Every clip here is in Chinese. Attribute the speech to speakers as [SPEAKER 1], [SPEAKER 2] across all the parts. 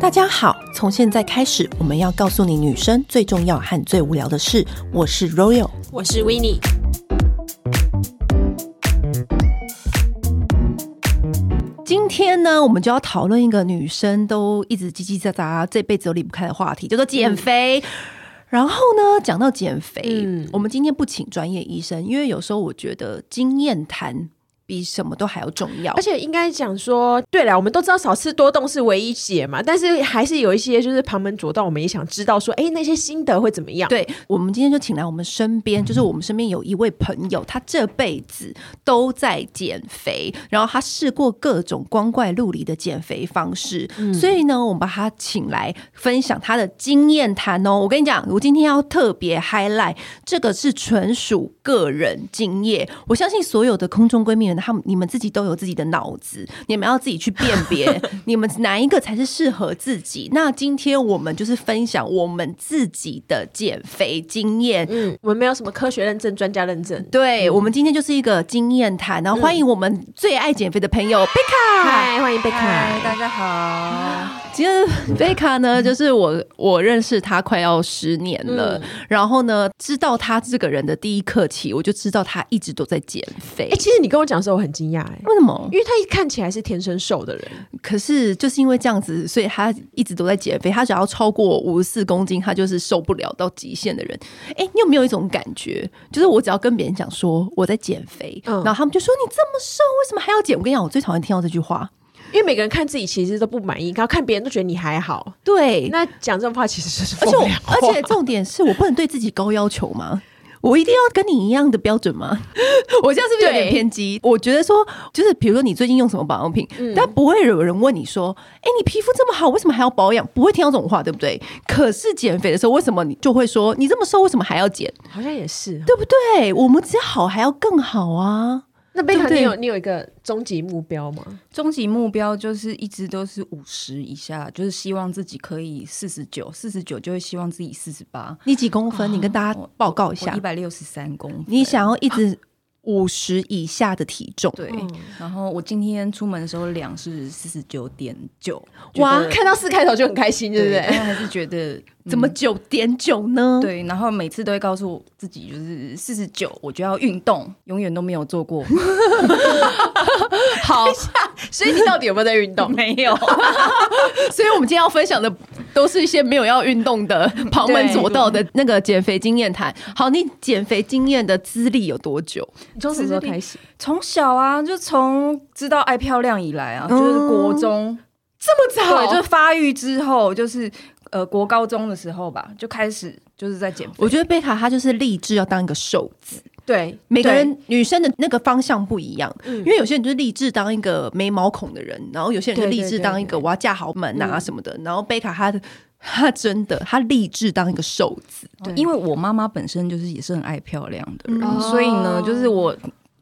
[SPEAKER 1] 大家好，从现在开始，我们要告诉你女生最重要和最无聊的事。我是 Royal，
[SPEAKER 2] 我是 w i n n i e
[SPEAKER 1] 今天呢，我们就要讨论一个女生都一直叽叽喳喳，这辈子都离不开的话题，叫做减肥。嗯然后呢，讲到减肥，
[SPEAKER 2] 嗯
[SPEAKER 1] 我们今天不请专业医生，因为有时候我觉得经验谈比什么都还要重要
[SPEAKER 2] 而。且应该讲说，对了，我们都知道少吃多动是唯一解嘛，但是还是有一些就是旁门左道，我们也想知道说，哎、那些心得会怎么样？
[SPEAKER 1] 对，我们今天就请来我们身边，就是我们身边有一位朋友，他这辈子都在减肥，然后他试过各种光怪陆离的减肥方式，所以呢，我们把他请来分享他的经验谈哦。我跟你讲，我今天要特别 highlight 这个是纯属个人经验，我相信所有的空中闺蜜们，他们你们自己都有自己的脑子，你们要自己去辨别，你们哪一个才是适合自己。那今天我们就是分享我们自己的减肥经验。
[SPEAKER 2] 嗯，我们没有什么科学认证、专家认证。
[SPEAKER 1] 对，我们今天就是一个经验谈，然后欢迎我们最爱减肥的朋友贝卡。
[SPEAKER 2] 嗨，欢哎迎贝
[SPEAKER 3] 嗨，
[SPEAKER 2] 卡。
[SPEAKER 3] 大家好。
[SPEAKER 1] 啊今天贝卡呢，就是我我认识他快要十年了，然后呢，知道他这个人的第一刻起，我就知道他一直都在减肥
[SPEAKER 2] 哎、。其实你跟我讲的时候，我很惊讶哎，
[SPEAKER 1] 为什么？
[SPEAKER 2] 因为他一看起来是天生瘦的人，
[SPEAKER 1] 可是就是因为这样子，所以他一直都在减肥。他只要超过五十四公斤，他就是受不了到极限的人。哎、你有没有一种感觉？就是我只要跟别人讲说我在减肥，
[SPEAKER 2] 嗯
[SPEAKER 1] 然后他们就说你这么瘦，为什么还要减？我跟你讲，我最讨厌听到这句话。
[SPEAKER 2] 因为每个人看自己其实都不满意，然后看别人都觉得你还好。
[SPEAKER 1] 对，
[SPEAKER 2] 那讲这种话其实就是
[SPEAKER 1] 而且
[SPEAKER 2] 风
[SPEAKER 1] 我
[SPEAKER 2] 凉话
[SPEAKER 1] 而且重点是我不能对自己高要求吗？ 我一定要跟你一样的标准吗？ 我这样是不是有点
[SPEAKER 2] 对
[SPEAKER 1] 偏激？我觉得说，就是比如说你最近用什么保养品，但不会有人问你说：“哎、你皮肤这么好，为什么还要保养？”不会听到这种话，对不对？可是减肥的时候，为什么你就会说你这么瘦，为什么还要减？
[SPEAKER 2] 好像也是。
[SPEAKER 1] 对不对？我们只要好还要更好啊！
[SPEAKER 2] 那贝
[SPEAKER 1] 对
[SPEAKER 2] 卡，
[SPEAKER 1] 不对
[SPEAKER 2] 你有你有一个终极目标吗？
[SPEAKER 3] 终极目标就是一直都是五十以下，就是希望自己可以四十九，四十九就会希望自己四十八。
[SPEAKER 1] 你几公分？你跟大家报啊告一啊
[SPEAKER 3] 我
[SPEAKER 1] 下
[SPEAKER 3] 一，百六十三公分，
[SPEAKER 1] 你想要一直五十以下的体重。
[SPEAKER 3] 对。然后我今天出门的时候量是四十九点九，
[SPEAKER 1] 哇
[SPEAKER 3] 觉得
[SPEAKER 2] 看到四开头就很开心，对不
[SPEAKER 3] 对，但
[SPEAKER 2] 对？
[SPEAKER 3] 是还是觉得
[SPEAKER 1] 嗯
[SPEAKER 3] 嗯
[SPEAKER 1] 怎么九点九呢？
[SPEAKER 3] 对，然后每次都会告诉自己，就是四十九我就要运动，永远都没有做过，
[SPEAKER 2] 好，所以你到底有没有在运动？
[SPEAKER 3] 没有。
[SPEAKER 1] 所以我们今天要分享的都是一些没有要运动的旁门左道的那个减肥经验谈。好，你减肥经验的资历有多久？
[SPEAKER 2] 你从什么时候开始？
[SPEAKER 3] 从小啊，就从知道爱漂亮以来啊，就是国中，
[SPEAKER 1] 这
[SPEAKER 3] 对，就是发育之后，就是呃国高中的时候吧，就开始就是在减肥。
[SPEAKER 1] 我觉得贝卡她就是立志要当一个瘦子，
[SPEAKER 2] 对，
[SPEAKER 1] 每个
[SPEAKER 2] 对
[SPEAKER 1] 人女生的那个方向不一样，
[SPEAKER 2] 嗯
[SPEAKER 1] 因为有些人就是立志当一个没毛孔的人，然后有些人就
[SPEAKER 2] 对对
[SPEAKER 1] 立志当一个
[SPEAKER 2] 对对
[SPEAKER 1] 我要嫁豪门啊
[SPEAKER 2] 嗯
[SPEAKER 1] 什么的，然后贝卡她她真的她立志当一个瘦子，
[SPEAKER 3] 对因为我妈妈本身就是也是很爱漂亮的人，
[SPEAKER 2] 嗯
[SPEAKER 3] 所以
[SPEAKER 2] 哦，
[SPEAKER 3] 呢就是我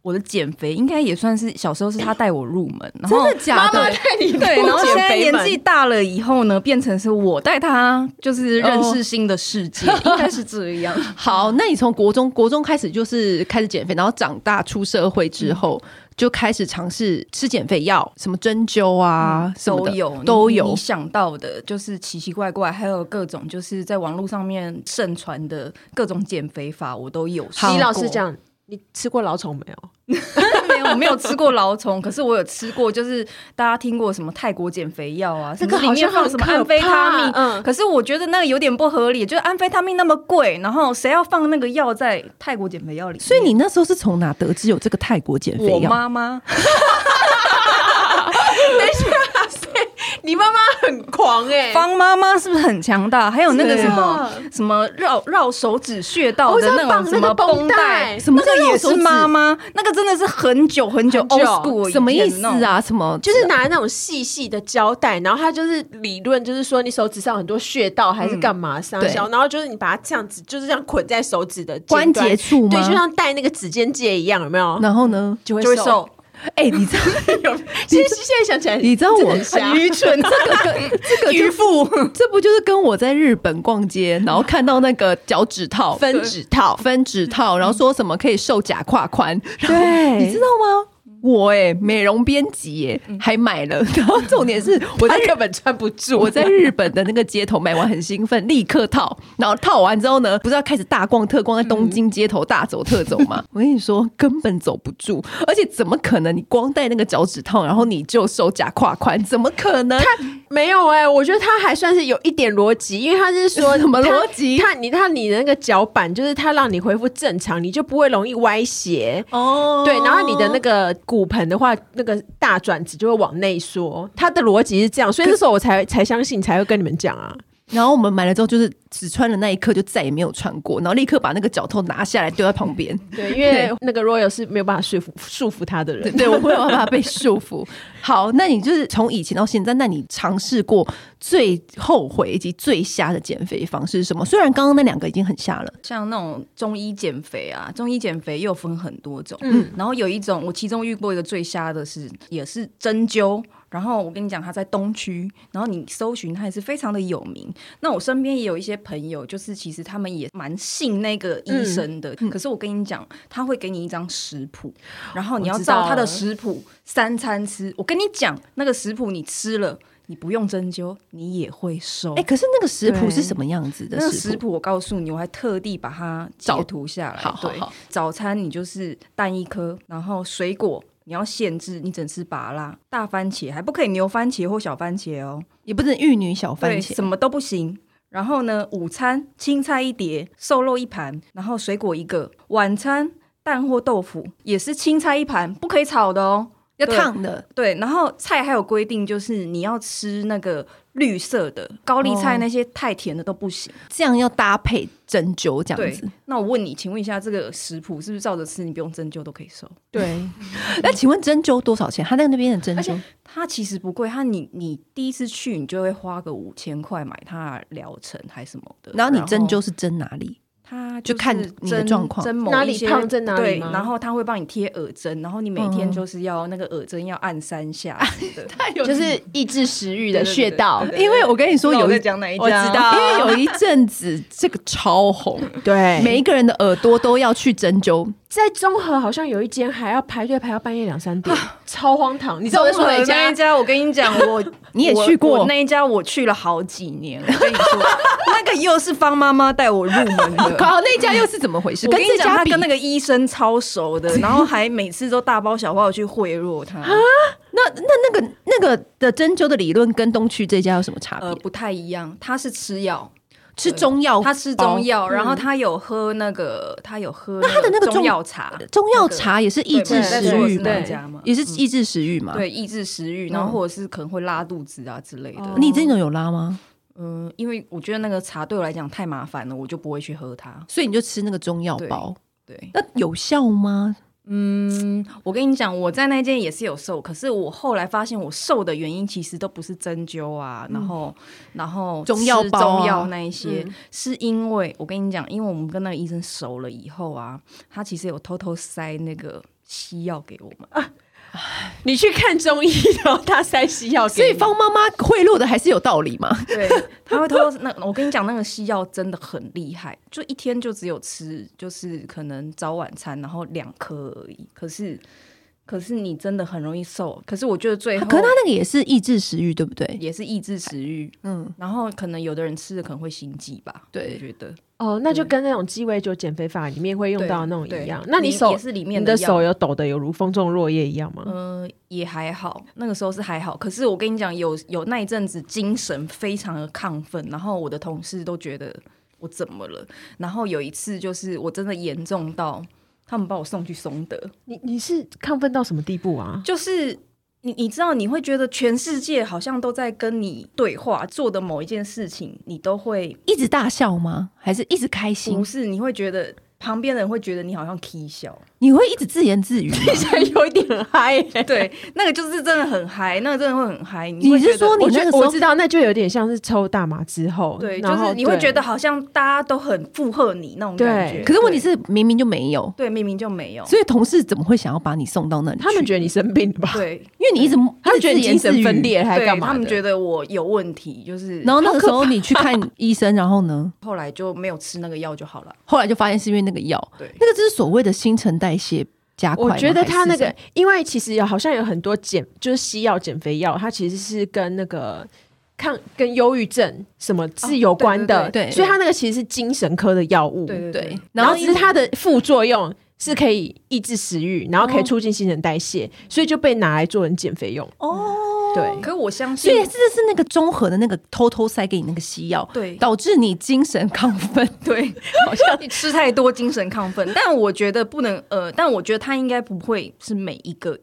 [SPEAKER 3] 我的减肥应该也算是小时候是她带我入门，然
[SPEAKER 1] 真
[SPEAKER 3] 后
[SPEAKER 1] 的假的？
[SPEAKER 2] 看你
[SPEAKER 3] 对，然后现
[SPEAKER 2] 减
[SPEAKER 3] 在
[SPEAKER 2] 肥
[SPEAKER 3] 年
[SPEAKER 2] 门
[SPEAKER 3] 纪大了以后呢，变成是我带她就是认识新的世界，应该是这 样。
[SPEAKER 1] 好，那你从国中国中开始就是开始减肥，然后长大出社会
[SPEAKER 3] 嗯
[SPEAKER 1] 之后、就开始尝试吃减肥药，什么针灸啊、什么
[SPEAKER 3] 嗯都
[SPEAKER 1] 的
[SPEAKER 3] 有
[SPEAKER 1] 都
[SPEAKER 3] 你你
[SPEAKER 1] 有。
[SPEAKER 3] 想到的，就是奇奇怪怪，还有各种就是在网络上面盛传的各种减肥法，我都有试过。
[SPEAKER 2] 李老师讲，你吃过老虫没有？
[SPEAKER 3] 没有，我没有吃过老虫，可是我有吃过，就是大家听过什么泰国减肥药啊，
[SPEAKER 2] 这个
[SPEAKER 3] 什么里面
[SPEAKER 2] 好像
[SPEAKER 3] 放
[SPEAKER 2] 很
[SPEAKER 3] 什么
[SPEAKER 2] 可
[SPEAKER 3] 安非他命，
[SPEAKER 2] 怕嗯
[SPEAKER 3] 可是我觉得那个有点不合理，就是安非他命那么贵，然后谁要放那个药在泰国减肥药里面？
[SPEAKER 1] 所以你那时候是从哪得知有这个泰国减肥
[SPEAKER 3] 我
[SPEAKER 1] 药？
[SPEAKER 3] 妈妈，
[SPEAKER 2] 你妈妈很狂哎
[SPEAKER 3] 方妈妈是不是很强大？还有那个
[SPEAKER 1] 是
[SPEAKER 3] 什么
[SPEAKER 2] 啊
[SPEAKER 3] 什么绕绕手指穴道的
[SPEAKER 2] 哦
[SPEAKER 3] 那种
[SPEAKER 2] 是
[SPEAKER 3] 什
[SPEAKER 2] 要绑那个
[SPEAKER 3] 么
[SPEAKER 2] 绷
[SPEAKER 3] 绷
[SPEAKER 2] 带
[SPEAKER 1] 什么叫
[SPEAKER 3] 那个
[SPEAKER 1] 绕
[SPEAKER 3] 也
[SPEAKER 1] 手
[SPEAKER 3] 是
[SPEAKER 1] 指
[SPEAKER 3] 妈妈，那个真的是很久很久
[SPEAKER 2] 很
[SPEAKER 3] old
[SPEAKER 2] 久
[SPEAKER 3] school，
[SPEAKER 1] 什么意
[SPEAKER 3] 以前
[SPEAKER 1] 思
[SPEAKER 3] 的那种？
[SPEAKER 1] 啊？什么
[SPEAKER 2] 就是拿那种细细的胶带，然后它就是理论，就是说你手指上有很多穴道还
[SPEAKER 1] 嗯
[SPEAKER 2] 是干嘛上小，然后就是你把它这样子，就是这样捆在手指的尖
[SPEAKER 1] 关
[SPEAKER 2] 端
[SPEAKER 1] 节，处
[SPEAKER 2] 对，
[SPEAKER 1] 吗
[SPEAKER 2] 就？像戴那个指尖戒一样，有没有？
[SPEAKER 1] 然后呢？
[SPEAKER 2] 就会
[SPEAKER 3] 就会。瘦，
[SPEAKER 1] 哎、你知道
[SPEAKER 2] 其实 现在想起来，
[SPEAKER 1] 你知道我
[SPEAKER 2] 真的很瞎
[SPEAKER 3] 愚蠢，
[SPEAKER 1] 这个跟这个
[SPEAKER 3] 渔
[SPEAKER 1] 就
[SPEAKER 3] 夫。
[SPEAKER 1] 这不就是跟我在日本逛街，然后看到那个脚趾套
[SPEAKER 2] 分指套，嗯
[SPEAKER 1] 分指套，然后说什么可以瘦假胯宽，然后
[SPEAKER 2] 对嗯
[SPEAKER 1] 你知道吗？我哎、美容编辑耶，还买了。 然后重点是我
[SPEAKER 2] 我
[SPEAKER 1] 在
[SPEAKER 2] 在
[SPEAKER 1] 日
[SPEAKER 2] 日本穿不住，
[SPEAKER 1] 哎我在日本的那个街头买完很兴奋，立刻套。然后套完之后呢，不是要开始大逛特逛，在东京街头大走特走 吗？我跟你说，根本走不住，而且怎么可能？你光戴那个脚趾套，然后你就收假胯宽，怎么可能？
[SPEAKER 2] 没有哎、我觉得他还算是有一点逻辑，因为他是说
[SPEAKER 1] 什么逻辑
[SPEAKER 2] 他他你他你的那个脚板，就是他让你恢复正常，你就不会容易歪斜。
[SPEAKER 1] 哦
[SPEAKER 2] 对，然后你的那个骨盆的话，那个大转子就会往内缩，他的逻辑是这样，所以那时候我才才相信，才会跟你们讲啊。
[SPEAKER 1] 然后我们买了之后，就是只穿了那一刻，就再也没有穿过，然后立刻把那个脚套拿下来丢在旁边。
[SPEAKER 2] 对，因为那个 Royal 是没有办法说服束缚他的
[SPEAKER 1] 对，
[SPEAKER 2] 人。
[SPEAKER 1] 对我没有办法被束缚。好，那你就是从以前到现在，那你尝试过最后悔以及最瞎的减肥方式是什么？虽然刚刚那两个已经很瞎了，
[SPEAKER 3] 像那种中医减肥啊，中医减肥又分很多种，
[SPEAKER 2] 嗯
[SPEAKER 3] 然后有一种我其中遇过一个最瞎的是，也是针灸。然后我跟你讲，它在东区，然后你搜寻它也是非常的有名。那我身边也有一些朋友，就是其实他们也蛮信那个
[SPEAKER 2] 嗯
[SPEAKER 3] 医生的，可是我跟你讲，他会给你一张食 谱，然后你要
[SPEAKER 2] 我知道
[SPEAKER 3] 照他的
[SPEAKER 2] 了
[SPEAKER 3] 食谱三餐吃。我跟你讲，那个食谱你吃了，你不用针灸，你也会瘦。
[SPEAKER 1] 哎、可是那个食谱
[SPEAKER 3] 哦对
[SPEAKER 1] 是什么样子的
[SPEAKER 3] 那个
[SPEAKER 1] 食
[SPEAKER 3] 食
[SPEAKER 1] 谱？
[SPEAKER 3] 谱我告诉你，我还特地把它截
[SPEAKER 1] 找
[SPEAKER 3] 图下来。
[SPEAKER 1] 好好
[SPEAKER 3] 对
[SPEAKER 1] 好，
[SPEAKER 3] 早餐你就是蛋一颗，然后水果你要限制，你只能吃芭拉、大番茄，还不可以牛番茄或小番茄哦，
[SPEAKER 1] 也不是玉女小番
[SPEAKER 3] 对，
[SPEAKER 1] 茄
[SPEAKER 3] 什么都不行。然后呢，午餐青菜一碟，瘦肉一盘，然后水果一个。晚餐蛋或豆腐也是青菜一盘，不可以炒的哦。
[SPEAKER 1] 要
[SPEAKER 3] 对
[SPEAKER 1] 烫的，
[SPEAKER 3] 对，然后菜还有规定，就是你要吃那个绿色的高丽菜，
[SPEAKER 1] 哦
[SPEAKER 3] 那些太甜的都不行。
[SPEAKER 1] 这样要搭配针灸这样
[SPEAKER 3] 对
[SPEAKER 1] 子。，
[SPEAKER 3] 那我问你，请问一下，这个食谱是不是照着吃，你不用针灸都可以瘦？
[SPEAKER 2] 对，
[SPEAKER 1] 那请问针灸多少钱？他那个那边的针
[SPEAKER 3] 而
[SPEAKER 1] 灸
[SPEAKER 3] 且它其实不贵，它你你第一次去，你就会花个五千块买它的疗程还什么的。
[SPEAKER 1] 然后你针灸
[SPEAKER 3] 后
[SPEAKER 1] 是针哪里？
[SPEAKER 3] 它
[SPEAKER 1] 就看
[SPEAKER 3] 是
[SPEAKER 1] 你的
[SPEAKER 3] 针
[SPEAKER 1] 状况
[SPEAKER 3] 针某
[SPEAKER 2] 哪
[SPEAKER 3] 一
[SPEAKER 2] 里
[SPEAKER 3] 些
[SPEAKER 2] 胖在哪里
[SPEAKER 3] 对，
[SPEAKER 2] 吗
[SPEAKER 3] 然后它会帮你贴耳针，然后你每天
[SPEAKER 1] 嗯
[SPEAKER 3] 就是要那个耳针要按三 下什么的。
[SPEAKER 2] 就是抑制食欲
[SPEAKER 3] 对
[SPEAKER 2] 的
[SPEAKER 3] 对对
[SPEAKER 2] 穴道
[SPEAKER 3] 对。对
[SPEAKER 1] 因为我跟你说
[SPEAKER 3] 不知道
[SPEAKER 1] 有
[SPEAKER 3] 我
[SPEAKER 1] 一
[SPEAKER 3] 在讲哪一家，
[SPEAKER 2] 我知道
[SPEAKER 1] 因为有一阵子这个超红，
[SPEAKER 2] 对
[SPEAKER 1] 每一个人的耳朵都要去针灸。
[SPEAKER 2] 在中和好像有一间还要排队排到半夜两三点，超荒唐。你知道我在说哪一
[SPEAKER 3] 综合那
[SPEAKER 2] 家
[SPEAKER 3] 一？家，我跟你讲，我
[SPEAKER 1] 你也去过
[SPEAKER 3] 我我那一家，我去了好几年。我跟 你说，那个又是方妈妈带我入门的。
[SPEAKER 1] 靠，那家又是怎么回事？
[SPEAKER 3] 我
[SPEAKER 1] 跟
[SPEAKER 3] 跟你
[SPEAKER 1] 这
[SPEAKER 3] 讲，
[SPEAKER 1] 家
[SPEAKER 3] 他
[SPEAKER 1] 比，
[SPEAKER 3] 跟那个医生超熟 的，然后还每次都大包小包地去贿赂他，
[SPEAKER 1] 那那那个那个的针灸的理论跟东区这家有什么差别？
[SPEAKER 3] 呃，不太一样。他是吃药，
[SPEAKER 1] 吃中药，
[SPEAKER 3] 他吃中药，然后他有喝那个，他有喝
[SPEAKER 1] 嗯那他的那个中
[SPEAKER 3] 中药茶，
[SPEAKER 1] 中药茶也是抑制
[SPEAKER 2] 对
[SPEAKER 1] 食
[SPEAKER 2] 对
[SPEAKER 1] 欲
[SPEAKER 2] 对
[SPEAKER 1] 嘛
[SPEAKER 2] 对，
[SPEAKER 3] 嘛，
[SPEAKER 1] 也是抑制食欲嘛。，
[SPEAKER 3] 对抑制食欲，然后或者是可能会拉肚子啊之类的。
[SPEAKER 2] 哦
[SPEAKER 1] 你这种有拉吗？
[SPEAKER 3] 嗯，因为我觉得那个茶对我来讲太麻烦了，我就不会去喝它。
[SPEAKER 1] 所以你就吃那个中药包，
[SPEAKER 3] 对，
[SPEAKER 1] 那有效吗？
[SPEAKER 3] 嗯，我跟你讲，我在那间也是有瘦，可是我后来发现我瘦的原因其实都不是针灸啊，然后然后
[SPEAKER 1] 嗯中药
[SPEAKER 3] 吃
[SPEAKER 1] 包啊
[SPEAKER 3] 中药那一些，
[SPEAKER 2] 嗯
[SPEAKER 3] 是因为我跟你讲，因为我们跟那个医生熟了以后啊，他其实有偷偷塞那个西药给我 们，
[SPEAKER 2] 你去看中医，然后他塞西药
[SPEAKER 1] 所
[SPEAKER 2] 给
[SPEAKER 1] 以
[SPEAKER 2] 你，
[SPEAKER 1] 方妈妈贿赂的还是有道理嘛？
[SPEAKER 3] 对，他会偷偷那我跟你讲，那个西药真的很厉害，就一天就只有吃，就是可能早晚餐，然后两颗而已，可是。可是你真的很容易瘦，可是我觉得最后，
[SPEAKER 1] 啊可是他那个也是抑制食欲，对不对？
[SPEAKER 3] 也是抑制食欲，
[SPEAKER 1] 嗯，
[SPEAKER 3] 然后可能有的人吃了可能会心悸吧，
[SPEAKER 1] 对
[SPEAKER 3] 我觉得
[SPEAKER 2] 哦，那就跟那种鸡尾酒减肥法里面会用到的那种
[SPEAKER 3] 对
[SPEAKER 2] 一样
[SPEAKER 3] 对。
[SPEAKER 2] 那你手
[SPEAKER 3] 也是里面
[SPEAKER 2] 你的
[SPEAKER 3] 药
[SPEAKER 2] 手，有抖的有如风中落叶一样吗？
[SPEAKER 3] 呃，也还好，那个时候是还好，可是我跟你讲，有有那一阵子精神非常的亢奋，然后我的同事都觉得我怎么了，然后有一次就是我真的严重到他们把我送去松德，
[SPEAKER 2] 你你是亢奋到什么地步啊？
[SPEAKER 3] 就是你你知道，你会觉得全世界好像都在跟你对话，做的某一件事情，你都会
[SPEAKER 1] 一直大笑吗？还是一直开
[SPEAKER 3] 不
[SPEAKER 1] 心？
[SPEAKER 3] 是，你会觉得旁边的人会觉得你好像 k 笑。
[SPEAKER 1] 你会一直自言自语 吗？
[SPEAKER 2] 有一点嗨耶，
[SPEAKER 3] 对，那个就是真的很嗨，那个真的会很嗨。
[SPEAKER 1] 你
[SPEAKER 3] 会觉
[SPEAKER 1] 是
[SPEAKER 3] 得
[SPEAKER 1] 说你
[SPEAKER 2] 我觉
[SPEAKER 1] 那个
[SPEAKER 2] 得
[SPEAKER 1] 时候
[SPEAKER 2] 我知道，那就有点像是抽大麻之后，
[SPEAKER 3] 对，就
[SPEAKER 2] 然后
[SPEAKER 3] 是你会
[SPEAKER 2] 对
[SPEAKER 3] 觉得好像大家都很附和你那种感觉。
[SPEAKER 2] 对
[SPEAKER 1] 可是问题
[SPEAKER 3] 对，
[SPEAKER 1] 是明明就没有，
[SPEAKER 3] 对，明明就没有。
[SPEAKER 1] 所以同事怎么会想要把你送到那里去？
[SPEAKER 2] 哦他们觉得你生病了吧？
[SPEAKER 3] 对，
[SPEAKER 1] 因为你一直
[SPEAKER 2] 他们觉得你
[SPEAKER 1] 一直
[SPEAKER 2] 精
[SPEAKER 1] 自言自
[SPEAKER 2] 神
[SPEAKER 1] 语
[SPEAKER 2] 分裂还
[SPEAKER 3] 对
[SPEAKER 2] 干嘛的？
[SPEAKER 3] 他们觉得我有问题，就是
[SPEAKER 1] 然后那个时候你去看医生， 然后呢，
[SPEAKER 3] 后来就没有吃那个药就好了。
[SPEAKER 1] 后来就发现是因为那个药，
[SPEAKER 3] 对
[SPEAKER 1] 那个就是所谓的新陈代谢加快
[SPEAKER 2] 我
[SPEAKER 1] 吗？
[SPEAKER 2] 觉得它
[SPEAKER 1] 还
[SPEAKER 2] 那
[SPEAKER 1] 是什
[SPEAKER 2] 个
[SPEAKER 1] 么，
[SPEAKER 2] 因为其实有好像有很多减，就是西药、减肥药，它其实是跟那个抗跟忧郁症什么
[SPEAKER 3] 哦
[SPEAKER 2] 是有关的，
[SPEAKER 1] 对对对对
[SPEAKER 2] 所以它那个其实是精神科的药物，
[SPEAKER 3] 对对
[SPEAKER 1] 对，
[SPEAKER 2] 然后只
[SPEAKER 1] 因
[SPEAKER 2] 是
[SPEAKER 1] 为
[SPEAKER 2] 它的副作用是可以抑制食欲，然后可以促进新陈代谢，所以就被拿来做人减肥用。
[SPEAKER 1] 哦，
[SPEAKER 2] 对，
[SPEAKER 3] 可我相
[SPEAKER 1] 所
[SPEAKER 3] 信
[SPEAKER 1] 以，这是那个综合的那个偷偷塞给你那个西药，
[SPEAKER 3] 对
[SPEAKER 1] 导致你精神亢奋。
[SPEAKER 3] 对，好像你吃太多精神亢奋，但我觉得不能呃，但我觉得他应该不会是每一个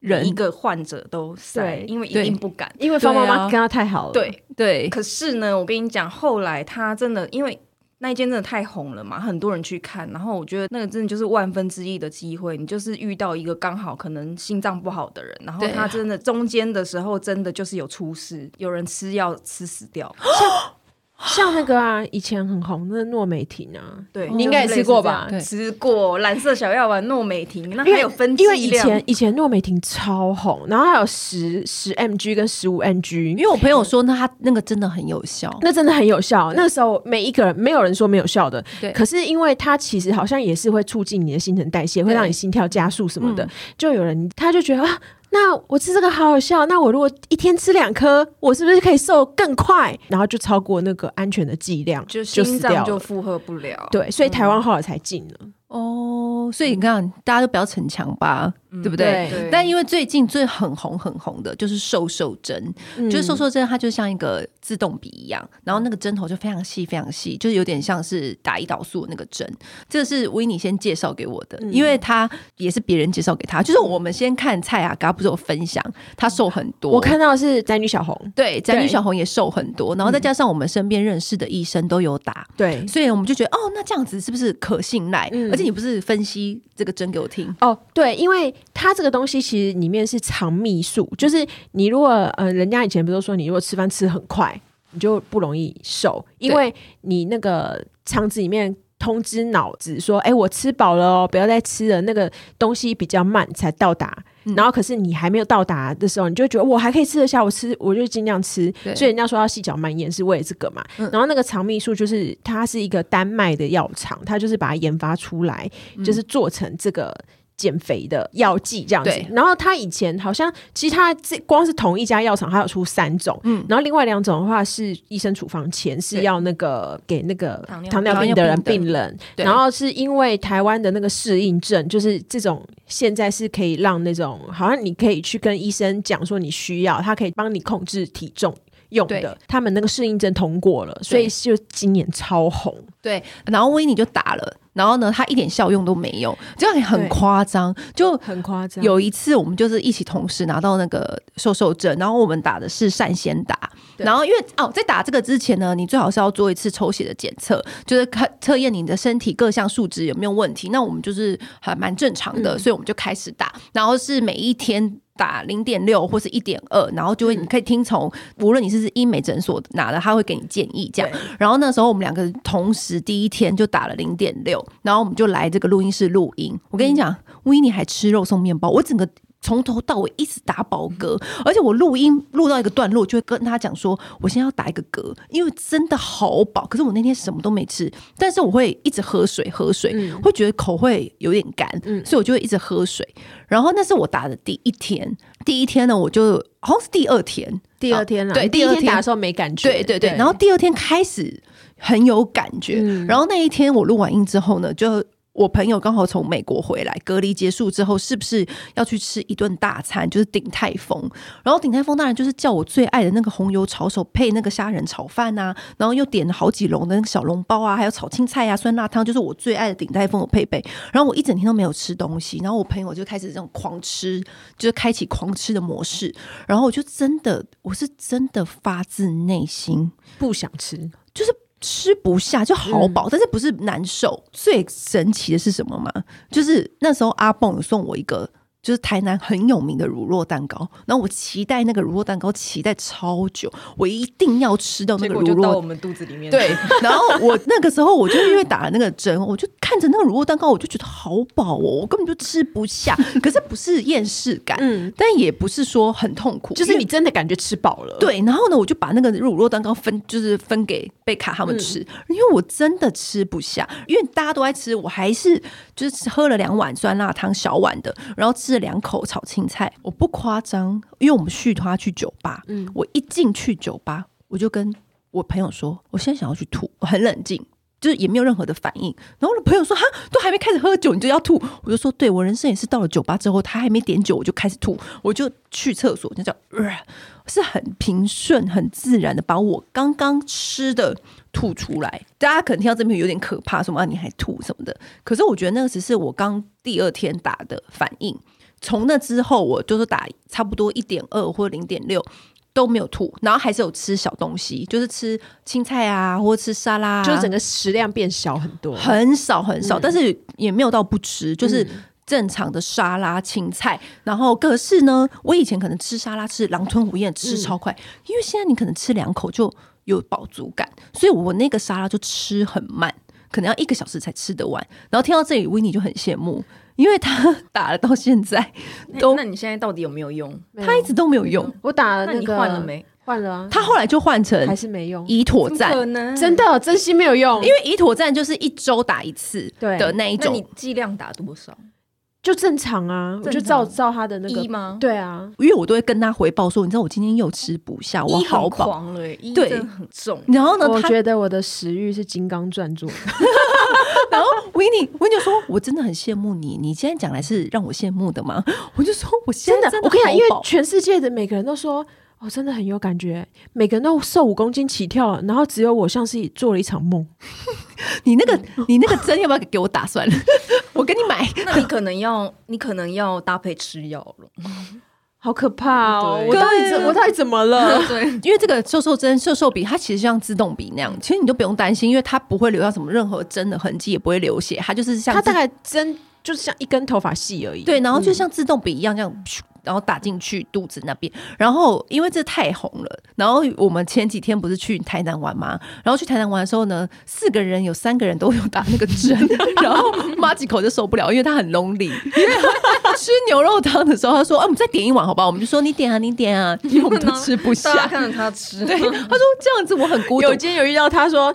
[SPEAKER 1] 人
[SPEAKER 3] 一个患者都塞
[SPEAKER 2] 对，
[SPEAKER 3] 因为一
[SPEAKER 1] 对
[SPEAKER 3] 定不敢。
[SPEAKER 2] 因为方妈
[SPEAKER 1] 对
[SPEAKER 2] 妈
[SPEAKER 1] 啊
[SPEAKER 2] 跟她太好了，
[SPEAKER 3] 对，
[SPEAKER 1] 对，
[SPEAKER 3] 可是呢，我跟你讲，后来他真的因为。那一间真的太红了嘛，很多人去看，然后我觉得那个真的就是万分之一的机会，你就是遇到一个刚好可能心脏不好的人，然后
[SPEAKER 1] 对
[SPEAKER 3] 他真的中间的时候真的就是有出事，有人吃药吃死掉，
[SPEAKER 2] 像那个啊，以前很红的诺美婷啊，
[SPEAKER 3] 对，
[SPEAKER 2] 你应该也吃过吧
[SPEAKER 3] 哦就是类似这样吃过蓝色小药丸、诺美婷，那还有分剂
[SPEAKER 2] 因为以
[SPEAKER 3] 量
[SPEAKER 2] 前以前诺美婷超红，然后还有十十 mg 跟十五 mg，
[SPEAKER 1] 因为我朋友说，那他那个真的很有效。
[SPEAKER 2] 那真的很有效。那时候每一个人没有人说没有效的，
[SPEAKER 1] 对
[SPEAKER 2] 可是因为它其实好像也是会促进你的新陈代谢，会让你心跳加速什么的。就有人他就觉得啊，那我吃这个好有效，那我如果一天吃两颗，我是不是可以瘦更快？然后就超过那个安全的剂量，
[SPEAKER 3] 就
[SPEAKER 2] 就
[SPEAKER 3] 心
[SPEAKER 2] 死
[SPEAKER 3] 脏
[SPEAKER 2] 掉
[SPEAKER 3] 就
[SPEAKER 2] 了。
[SPEAKER 3] 负荷不了，
[SPEAKER 2] 对，所以台湾后来才禁了。
[SPEAKER 1] 哦，所以你看，大家都不要逞强吧，
[SPEAKER 2] 嗯
[SPEAKER 1] 对不对？
[SPEAKER 3] 嗯对
[SPEAKER 1] 但因为最近最很红很红的就是瘦瘦针，
[SPEAKER 2] 嗯
[SPEAKER 1] 就是瘦瘦针，它就像一个自动笔一样，然后那个针头就非常细非常细，就是有点像是打胰岛素的那个针。这是维尼先介绍给我的，
[SPEAKER 2] 嗯
[SPEAKER 1] 因为他也是别人介绍给他，就是我们先看蔡雅刚不是有分享，她瘦很多，
[SPEAKER 2] 我看到的是宅女小红，
[SPEAKER 1] 对，宅女
[SPEAKER 2] 对嗯
[SPEAKER 1] 小红也瘦很多，然后再加上我们身边认识的医生都有打，
[SPEAKER 2] 对，
[SPEAKER 1] 所以我们就觉得哦，那这样子是不是可信赖？
[SPEAKER 2] 嗯
[SPEAKER 1] 而且你不是分析这个针给我听，
[SPEAKER 2] 哦，对，因为它这个东西其实里面是藏秘术，就是你如果呃，人家以前不是都说你如果吃饭吃很快，你就不容易瘦，因
[SPEAKER 1] 对
[SPEAKER 2] 为你那个肠子里面通知脑子说，哎，我吃饱了哦，不要再吃了，那个东西比较慢才到达。
[SPEAKER 1] 嗯
[SPEAKER 2] 然后，可是你还没有到达的时候，你就会觉得我还可以吃得下，我吃我就尽量吃。
[SPEAKER 1] 对嗯
[SPEAKER 2] 所以人家说要细嚼慢咽是为了这个嘛。然后那个肠泌素就是它是一个丹麦的药厂，它就是把它研发出来，就是做成这个减肥的药剂这样子
[SPEAKER 1] 对。
[SPEAKER 2] 然后它以前好像其实它这光是同一家药厂，它有出三种，
[SPEAKER 1] 嗯
[SPEAKER 2] 然后另外两种的话是医生处方前是
[SPEAKER 1] 对
[SPEAKER 2] 要那个给那个
[SPEAKER 3] 糖尿
[SPEAKER 2] 糖尿病的人病人，
[SPEAKER 1] 对
[SPEAKER 2] 然后是因为台湾的那个适应症，就是这种现在是可以让那种好像你可以去跟医生讲说你需要，他可以帮你控制体重。用
[SPEAKER 1] 对
[SPEAKER 2] 的，他们那个适应症通过了，所以就今年超红。
[SPEAKER 1] 对，然后威尼就打了，然后呢，他一点效用都没有，这样也很
[SPEAKER 2] 对
[SPEAKER 1] 夸张，就。
[SPEAKER 2] 很夸张有
[SPEAKER 1] 有一次，我们就是一起同时拿到那个瘦瘦针，然后我们打的是善先打，
[SPEAKER 2] 对
[SPEAKER 1] 然后因为哦，在打这个之前呢，你最好是要做一次抽血的检测，就是看测验你的身体各项数值有没有问题。那我们就是还蛮正常的，所以我们就开始打，然后是每一天。打零点六或是一点二，然后就会你可以听从，无论你是医美诊所拿的，他会给你建议这样。然后那时候我们两个同时第一天就打了零点六，然后我们就来这个录音室录音。我跟你讲，维尼还吃肉送面包，我整个从头到尾一直打饱嗝，
[SPEAKER 2] 嗯
[SPEAKER 1] 而且我录音录到一个段落，就会跟他讲说，我现在要打一个嗝，因为真的好饱。可是我那天什么都没吃，但是我会一直喝水，喝水，
[SPEAKER 2] 嗯
[SPEAKER 1] 会觉得口会有点干，所以我就会一直喝水。然后那是我打的第一天，第一天呢，我就好像是第二天，哦
[SPEAKER 2] 第二天了，啊
[SPEAKER 1] 对
[SPEAKER 2] 哦
[SPEAKER 1] 第
[SPEAKER 2] 第一
[SPEAKER 1] 二
[SPEAKER 2] 天
[SPEAKER 1] 天
[SPEAKER 2] 打的时候没感觉，
[SPEAKER 1] 对对对，然后第二天开始很有感觉，
[SPEAKER 2] 嗯
[SPEAKER 1] 然后那一天我录完音之后呢，就。我朋友刚好从美国回来，隔离结束之后，是不是要去吃一顿大餐？就是鼎泰丰，然后鼎泰丰当然就是叫我最爱的那个红油炒手配那个虾仁炒饭呐、然后又点了好几笼的那个小笼包啊，还有炒青菜啊、酸辣汤，就是我最爱的鼎泰丰的配备。然后我一整天都没有吃东西，然后我朋友就开始这种狂吃，就是开启狂吃的模式。然后我就真的，我是真的发自内心
[SPEAKER 2] 不想吃，
[SPEAKER 1] 就是吃不下，就好
[SPEAKER 3] 嗯
[SPEAKER 1] 饱，但是不是难受。最神奇的是什么吗？就是那时候阿蹦有送我一个就是台南很有名的乳酪蛋糕。然后我期待那个乳酪蛋糕，期待超久，我一定要吃到那
[SPEAKER 3] 结
[SPEAKER 1] 个
[SPEAKER 3] 果
[SPEAKER 1] 乳
[SPEAKER 3] 就到
[SPEAKER 1] 酪
[SPEAKER 3] 我们肚子里面。
[SPEAKER 1] 对，然后我那个时候我就因为打了那个针，我就看着那个乳酪蛋糕，我就觉得好饱哦，我根本就吃不下。可是不是厌世感，
[SPEAKER 2] 嗯
[SPEAKER 1] 但也不是说很痛苦，
[SPEAKER 2] 就是
[SPEAKER 1] 因为
[SPEAKER 2] 你真的感觉吃饱了，，
[SPEAKER 1] 对，然后呢，我就把那个乳酪蛋糕分，就是分给贝卡
[SPEAKER 2] 嗯
[SPEAKER 1] 他们吃，因为我真的吃不下，因为大家都在吃，我还是就是喝了两碗酸辣汤小碗的，然后吃了两口炒青菜，我不夸张，因为我们续他去酒吧，
[SPEAKER 2] 嗯
[SPEAKER 1] 我一进去酒吧，我就跟我朋友说，我现在想要去吐，我很冷静。就是也没有任何的反应，然后我的朋友说：“哈，都还没开始喝酒，你就要吐？”我就说：“对我人生也是到了酒吧之后，他还没点酒，我就开始吐，我就去厕所，就叫、呃是很平顺、很自然的把我刚刚吃的吐出来。大家可能听到这边有点可怕，什么、啊、你还吐什么的。可是我觉得那个只是我刚第二天打的反应。从那之后，我就是打差不多一点二或零点六都没有吐，然后还是有吃小东西，就是吃青菜啊，或吃沙拉、啊，
[SPEAKER 2] 就是整个食量变小很多，
[SPEAKER 1] 很少很少，
[SPEAKER 2] 嗯
[SPEAKER 1] 但是也没有到不吃，就是正常的沙拉、青菜。然后可是呢，我以前可能吃沙拉吃狼吞虎咽吃超快，
[SPEAKER 2] 嗯
[SPEAKER 1] 因为现在你可能吃两口就有饱足感，所以我那个沙拉就吃很慢。可能要一个小时才吃得完，然后听到这里，维尼就很羡慕，因为他打了到现在，
[SPEAKER 2] 嗯
[SPEAKER 3] 那
[SPEAKER 1] 都
[SPEAKER 3] 那你现在到底有没有用？
[SPEAKER 1] 他一直都没有用。
[SPEAKER 2] 我打了
[SPEAKER 3] 那
[SPEAKER 2] 呃那
[SPEAKER 3] 你
[SPEAKER 2] 个
[SPEAKER 3] 换了？没？
[SPEAKER 2] 换了啊，
[SPEAKER 1] 他后来就换
[SPEAKER 2] 还
[SPEAKER 1] 成
[SPEAKER 2] 是没用，
[SPEAKER 1] 以妥
[SPEAKER 3] 怎么可
[SPEAKER 1] 赞，
[SPEAKER 3] 能
[SPEAKER 2] 真的真心没有用，
[SPEAKER 1] 因为以妥赞就是一周打一次
[SPEAKER 2] 对
[SPEAKER 1] 的那一
[SPEAKER 3] 那
[SPEAKER 1] 种
[SPEAKER 3] 你。剂量打多少？
[SPEAKER 2] 就正常啊，我就
[SPEAKER 3] 正常
[SPEAKER 2] 照照他的那
[SPEAKER 3] 一
[SPEAKER 2] 个，
[SPEAKER 3] 吗？
[SPEAKER 2] 对啊，
[SPEAKER 1] 因为我都会跟他回报说，你知道我今天又吃不下，我
[SPEAKER 3] 一
[SPEAKER 1] 好
[SPEAKER 3] 很
[SPEAKER 1] 饱。
[SPEAKER 3] 狂了欸，一
[SPEAKER 1] 对
[SPEAKER 3] 真的很重。
[SPEAKER 1] 然后呢，
[SPEAKER 2] 我
[SPEAKER 1] 他
[SPEAKER 2] 觉得我的食欲是金刚钻做 的，
[SPEAKER 1] 然后维尼维尼就说，我真的很羡慕你，你今天讲来是让我羡慕的吗？ 我就说我现在真
[SPEAKER 2] 我跟你讲，因为
[SPEAKER 1] 好饱
[SPEAKER 2] 全世界的每个人都说。哦，真的很有感觉，每个人都瘦五公斤起跳，然后只有我像是做了一场梦。
[SPEAKER 1] 你那个
[SPEAKER 2] 嗯
[SPEAKER 1] 你那个针要不要给我打算了？ 我给你买。
[SPEAKER 3] 那你可能要，你可能要搭配吃药了。
[SPEAKER 2] 好可怕哦！
[SPEAKER 3] 对
[SPEAKER 2] 我到底怎我到底怎么了？
[SPEAKER 1] 哦
[SPEAKER 3] 对，
[SPEAKER 1] 因为这个瘦瘦针、瘦瘦笔，它其实像自动笔那样，其实你就不用担心，因为它不会留下什么任何针的痕迹，也不会流血，它就是像
[SPEAKER 2] 它
[SPEAKER 1] 自
[SPEAKER 2] 大概针就是像一根头发细而已。
[SPEAKER 1] 对，然后就
[SPEAKER 3] 嗯
[SPEAKER 1] 像自动笔一样这样。咻然后打进去肚子那边，然后因为这太红了，然后我们前几天不是去台南玩吗？然后去台南玩的时候呢，四个人有三个人都有打那个 针，然后妈几口就受不了，因为他很 lonely。因 为他吃牛肉汤的时候，他说：“啊，我们再点一碗好不好？”我们就说：“你点啊，你点啊，因为我们 都吃不下。”
[SPEAKER 3] 嗯大家
[SPEAKER 1] 他
[SPEAKER 3] 看着他吃，
[SPEAKER 1] 说：“这样子我很孤独
[SPEAKER 2] 有。今天有遇到他说，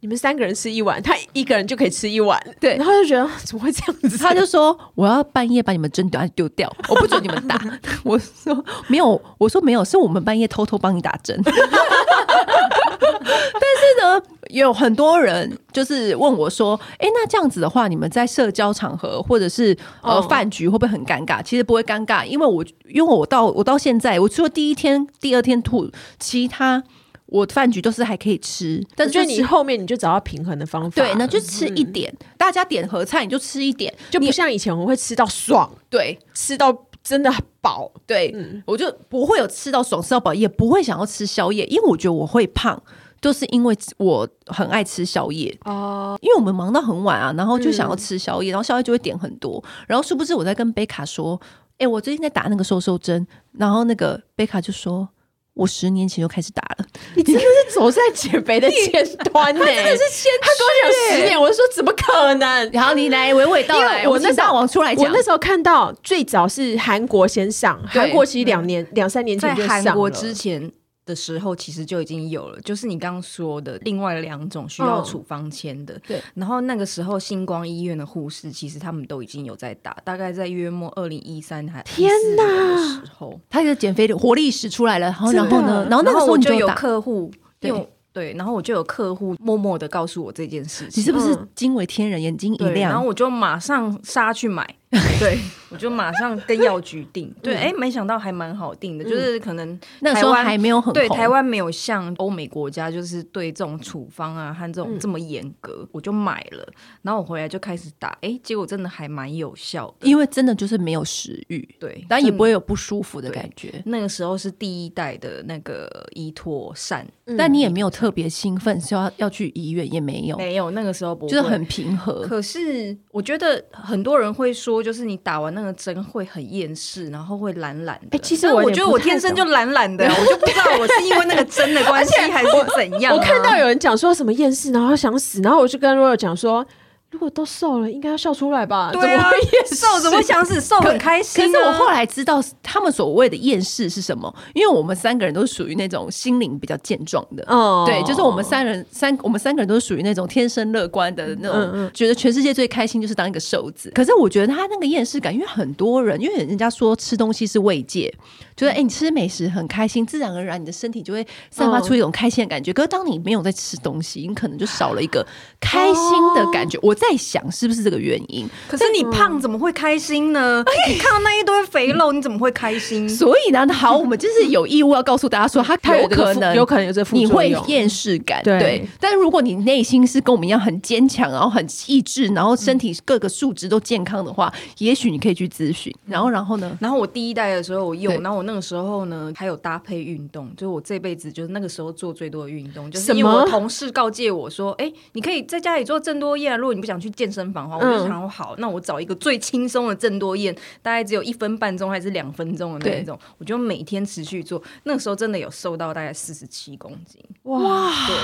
[SPEAKER 2] 你们三个人吃一碗，他一个人就可以吃一碗。
[SPEAKER 1] 对
[SPEAKER 2] 然后就觉得怎么会这样”子？
[SPEAKER 1] 他就说：“我要半夜把你们针打丢掉，我不准你们打。” 我说：“没有，我说没有，是我们半夜偷偷帮你打针。” 但是呢，有很多人就是问我说：“哎、那这样子的话，你们在社交场合或者是呃
[SPEAKER 2] 哦
[SPEAKER 1] 饭局会不会很尴尬？”其实不会尴尬，因为我因为我到我到现在，我除了第一天、第二天吐，其他我饭局都是还可以吃，但
[SPEAKER 2] 但
[SPEAKER 1] 是
[SPEAKER 2] 是
[SPEAKER 1] 就
[SPEAKER 2] 你
[SPEAKER 1] 是。
[SPEAKER 2] 后面你就找到平衡的方法，
[SPEAKER 1] 对，那就吃一
[SPEAKER 2] 嗯
[SPEAKER 1] 点，大家点合菜你就吃一点，
[SPEAKER 2] 就
[SPEAKER 1] 你
[SPEAKER 2] 不像以前我会吃到爽，
[SPEAKER 1] 对
[SPEAKER 2] 吃到真的饱。嗯
[SPEAKER 1] 对，我就不会有吃到爽吃到饱，也不会想要吃宵夜，因为我觉得我会胖，就是因为我很爱吃宵夜哦。因为我们忙到很晚啊，然后就想要吃宵夜，然后宵夜就会点很多，然后殊不知我在跟贝卡说，哎、我最近在打那个瘦瘦针，然后那个贝卡就说。我十年前就开始打了，
[SPEAKER 2] 你真的是走在减肥的前端呢、
[SPEAKER 1] 真的是先
[SPEAKER 2] 他跟我讲十年，我就说怎么可能？
[SPEAKER 1] 然后你来娓娓道
[SPEAKER 2] 因为
[SPEAKER 1] 来，
[SPEAKER 2] 我
[SPEAKER 1] 我
[SPEAKER 2] 那
[SPEAKER 1] 那
[SPEAKER 2] 时候
[SPEAKER 1] 大王出来
[SPEAKER 2] 我
[SPEAKER 1] 讲，
[SPEAKER 2] 那时候看到最早是韩国先上，
[SPEAKER 1] 对
[SPEAKER 2] 韩国其实两年两三年
[SPEAKER 3] 嗯在
[SPEAKER 2] 前就上
[SPEAKER 3] 韩国
[SPEAKER 2] 了
[SPEAKER 3] 之前的时候，其实就已经有了，就是你刚刚说的另外两种需要
[SPEAKER 2] 嗯
[SPEAKER 3] 处方签的。
[SPEAKER 1] 对，
[SPEAKER 3] 然后那个时候星光医院的护士，其实他们都已经有在打，大概在约莫二零一三还
[SPEAKER 2] 天哪
[SPEAKER 3] 哪的时候，
[SPEAKER 1] 他的减肥的活力史出来了，然后
[SPEAKER 2] 真
[SPEAKER 1] 然
[SPEAKER 2] 的
[SPEAKER 1] 后呢，然后那个时候
[SPEAKER 3] 我
[SPEAKER 1] 你
[SPEAKER 3] 就有
[SPEAKER 1] 打，
[SPEAKER 3] 客户，
[SPEAKER 1] 对
[SPEAKER 3] 因为我对，然后我就有客户默默的告诉我这件事情，
[SPEAKER 1] 你是不是
[SPEAKER 2] 嗯
[SPEAKER 1] 惊为天人，眼睛一
[SPEAKER 3] 对，然
[SPEAKER 1] 亮
[SPEAKER 3] 后？我就马上杀 去买，对我就马上跟药局订。
[SPEAKER 1] 嗯
[SPEAKER 3] 对，哎、没想到还蛮好订的，就是可能
[SPEAKER 1] 那个时
[SPEAKER 3] 台
[SPEAKER 1] 候
[SPEAKER 3] 湾
[SPEAKER 1] 还没有嗯很
[SPEAKER 3] 对
[SPEAKER 1] 红
[SPEAKER 3] 台湾没有像欧美国家，就是对这种处方啊和
[SPEAKER 1] 嗯
[SPEAKER 3] 这种这么严格，我就买了。然后我回来就开始打，哎、结果真的还蛮有效的。
[SPEAKER 1] 因为真的就是没有食欲，
[SPEAKER 3] 对，
[SPEAKER 1] 但也不
[SPEAKER 3] 会。
[SPEAKER 1] 会有不舒服的感觉。
[SPEAKER 3] 那个时候是第一代的那个依托善，
[SPEAKER 2] 嗯
[SPEAKER 1] 但你嗯也没有特别兴奋，是要要去
[SPEAKER 3] 哦
[SPEAKER 1] 医院也没有，
[SPEAKER 3] 没有那个时候不
[SPEAKER 1] 就是
[SPEAKER 3] 会
[SPEAKER 1] 很平和。
[SPEAKER 3] 可是我觉得很多人会说，说，就是你打完那个针会很厌世，然后会懒懒的。
[SPEAKER 2] 哎其实
[SPEAKER 3] 但
[SPEAKER 2] 我
[SPEAKER 3] 我
[SPEAKER 2] 有点
[SPEAKER 3] 觉得
[SPEAKER 2] 不
[SPEAKER 3] 我
[SPEAKER 2] 太
[SPEAKER 3] 天生
[SPEAKER 2] 懂
[SPEAKER 3] 就懒懒的，我就不知道我是因为那个针的 关系还是怎样啊、
[SPEAKER 2] 我看到有人讲说什么厌世，然后想死，然后我就跟 Royal 讲说，如果都瘦了，应该要笑出来吧？
[SPEAKER 3] 对啊
[SPEAKER 2] 怎么会 厌，世
[SPEAKER 3] 瘦怎么会想死？瘦很开心、
[SPEAKER 1] 可
[SPEAKER 3] 啊。
[SPEAKER 1] 是我后来知道他们所谓的厌世是什么，因为我们三个人都是属于那种心灵比较健壮的。
[SPEAKER 2] 哦
[SPEAKER 1] 对，就是我们三人三，我们三个人都是属于那种天生乐观的那种，觉得全世界最开心就是当一个瘦子。可是我觉得他那个厌世感，因为很多人，因为人家说吃东西是慰藉，觉得哎、诶你吃美食很开心，自然而然你的身体就会散发出一种开心的感觉。可是当你没有在吃东西，你可能就少了一个开心的感觉。我在想是不是这个原因？
[SPEAKER 3] 可是你胖怎么会开心呢？
[SPEAKER 2] 哎
[SPEAKER 3] 你看到那一堆肥肉，你怎么会开心？
[SPEAKER 1] 所以呢，好，我们就是有义务要告诉大家说，他
[SPEAKER 2] 他有
[SPEAKER 1] 有
[SPEAKER 2] 这个
[SPEAKER 1] 可
[SPEAKER 2] 副
[SPEAKER 1] 能
[SPEAKER 2] 有可能有这副
[SPEAKER 1] 你
[SPEAKER 2] 作
[SPEAKER 1] 会
[SPEAKER 2] 用
[SPEAKER 1] 厌世感，
[SPEAKER 2] 对
[SPEAKER 1] 对。但如果你内心是跟我们一样很坚强，然后很意志，然后身体各个数值都健康的话，也许你可以去咨询。然后，然后
[SPEAKER 2] 嗯
[SPEAKER 1] 呢？
[SPEAKER 3] 然后我第一代的时候我
[SPEAKER 1] 对
[SPEAKER 3] 用，然后我那个时候呢还有搭配运动，就是我这辈子就是那个时候做最多的运动，就是
[SPEAKER 2] 什
[SPEAKER 3] 因为我
[SPEAKER 2] 么
[SPEAKER 3] 同事告诫我说，哎，你可以在家里做郑多燕啊，如果你不想去健身房的话，我
[SPEAKER 2] 嗯
[SPEAKER 3] 就想说好，那我找一个最轻松的郑多燕，大概只有一分半钟还是两分钟的那一种，我就每天持续做，那个时候真的有瘦到大概四十七公斤，
[SPEAKER 2] 哇，
[SPEAKER 3] 对。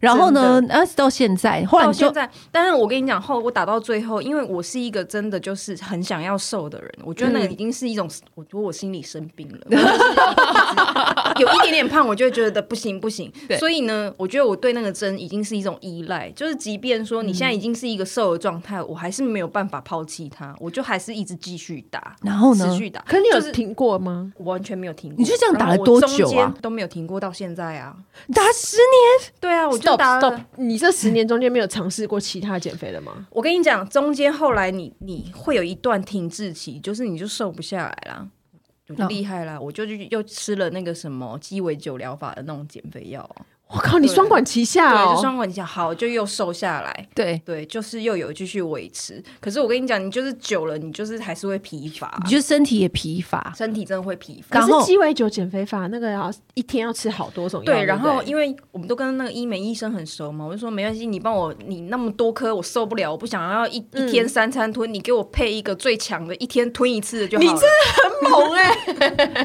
[SPEAKER 1] 然后呢？那到现在，后来
[SPEAKER 3] 到
[SPEAKER 1] 你就
[SPEAKER 3] 现在，但是我跟你讲，后我打到最后，因为我是一个真的就是很想要瘦的人，我觉得那个
[SPEAKER 1] 嗯
[SPEAKER 3] 已经是一种，我觉得我心里生病了， 我就是有一点点胖，我就会觉得不行不行
[SPEAKER 1] 对。
[SPEAKER 3] 所以呢，我觉得我对那个针已经是一种依赖，就是即便说你现在
[SPEAKER 1] 嗯
[SPEAKER 3] 已经是一个瘦的状态，我还是没有办法抛弃它，我就还是一直继续打，
[SPEAKER 1] 然后呢
[SPEAKER 3] 持续打。
[SPEAKER 2] 可你有
[SPEAKER 3] 就是
[SPEAKER 2] 听过吗？
[SPEAKER 3] 我完全没有停过，
[SPEAKER 1] 你就这样打了
[SPEAKER 3] 然后我
[SPEAKER 1] 多
[SPEAKER 3] 中
[SPEAKER 1] 久啊
[SPEAKER 3] 间都没有停过，到现在啊。
[SPEAKER 1] 打十年，
[SPEAKER 3] 对啊，我就
[SPEAKER 2] stop
[SPEAKER 3] 打了
[SPEAKER 2] stop，你这十年中间没有尝试过其他减肥的吗？
[SPEAKER 3] 我跟你讲，中间后来你你会有一段停滞期，就是你就瘦不下来啦，我就
[SPEAKER 1] 哦
[SPEAKER 3] 厉害啦，我就去又吃了那个什么鸡尾酒疗法的那种减肥药哦，
[SPEAKER 2] 我靠，你
[SPEAKER 3] 对
[SPEAKER 2] 双管齐下
[SPEAKER 3] 对，就
[SPEAKER 2] 哦！
[SPEAKER 3] 双管齐下，好就又瘦下来，
[SPEAKER 1] 对。
[SPEAKER 3] 对，就是又有继续维持。可是我跟你讲，你就是久了，你就是还是会疲乏，
[SPEAKER 1] 你就身体也疲乏，
[SPEAKER 3] 身体真的会疲乏。
[SPEAKER 1] 然
[SPEAKER 2] 可
[SPEAKER 1] 后
[SPEAKER 2] 是鸡尾酒减肥法那个要一天要吃好多种药，
[SPEAKER 3] 对，
[SPEAKER 2] 对，
[SPEAKER 3] 然后
[SPEAKER 2] 为
[SPEAKER 3] 因为我们都跟那个医美医生很熟嘛，我就说没关系，你帮我，你那么多颗我受不了，我不想要一一天三餐吞，你给我配一个最强的，一天吞一次的就好
[SPEAKER 2] 你
[SPEAKER 3] 了。
[SPEAKER 2] 真的很猛 哎、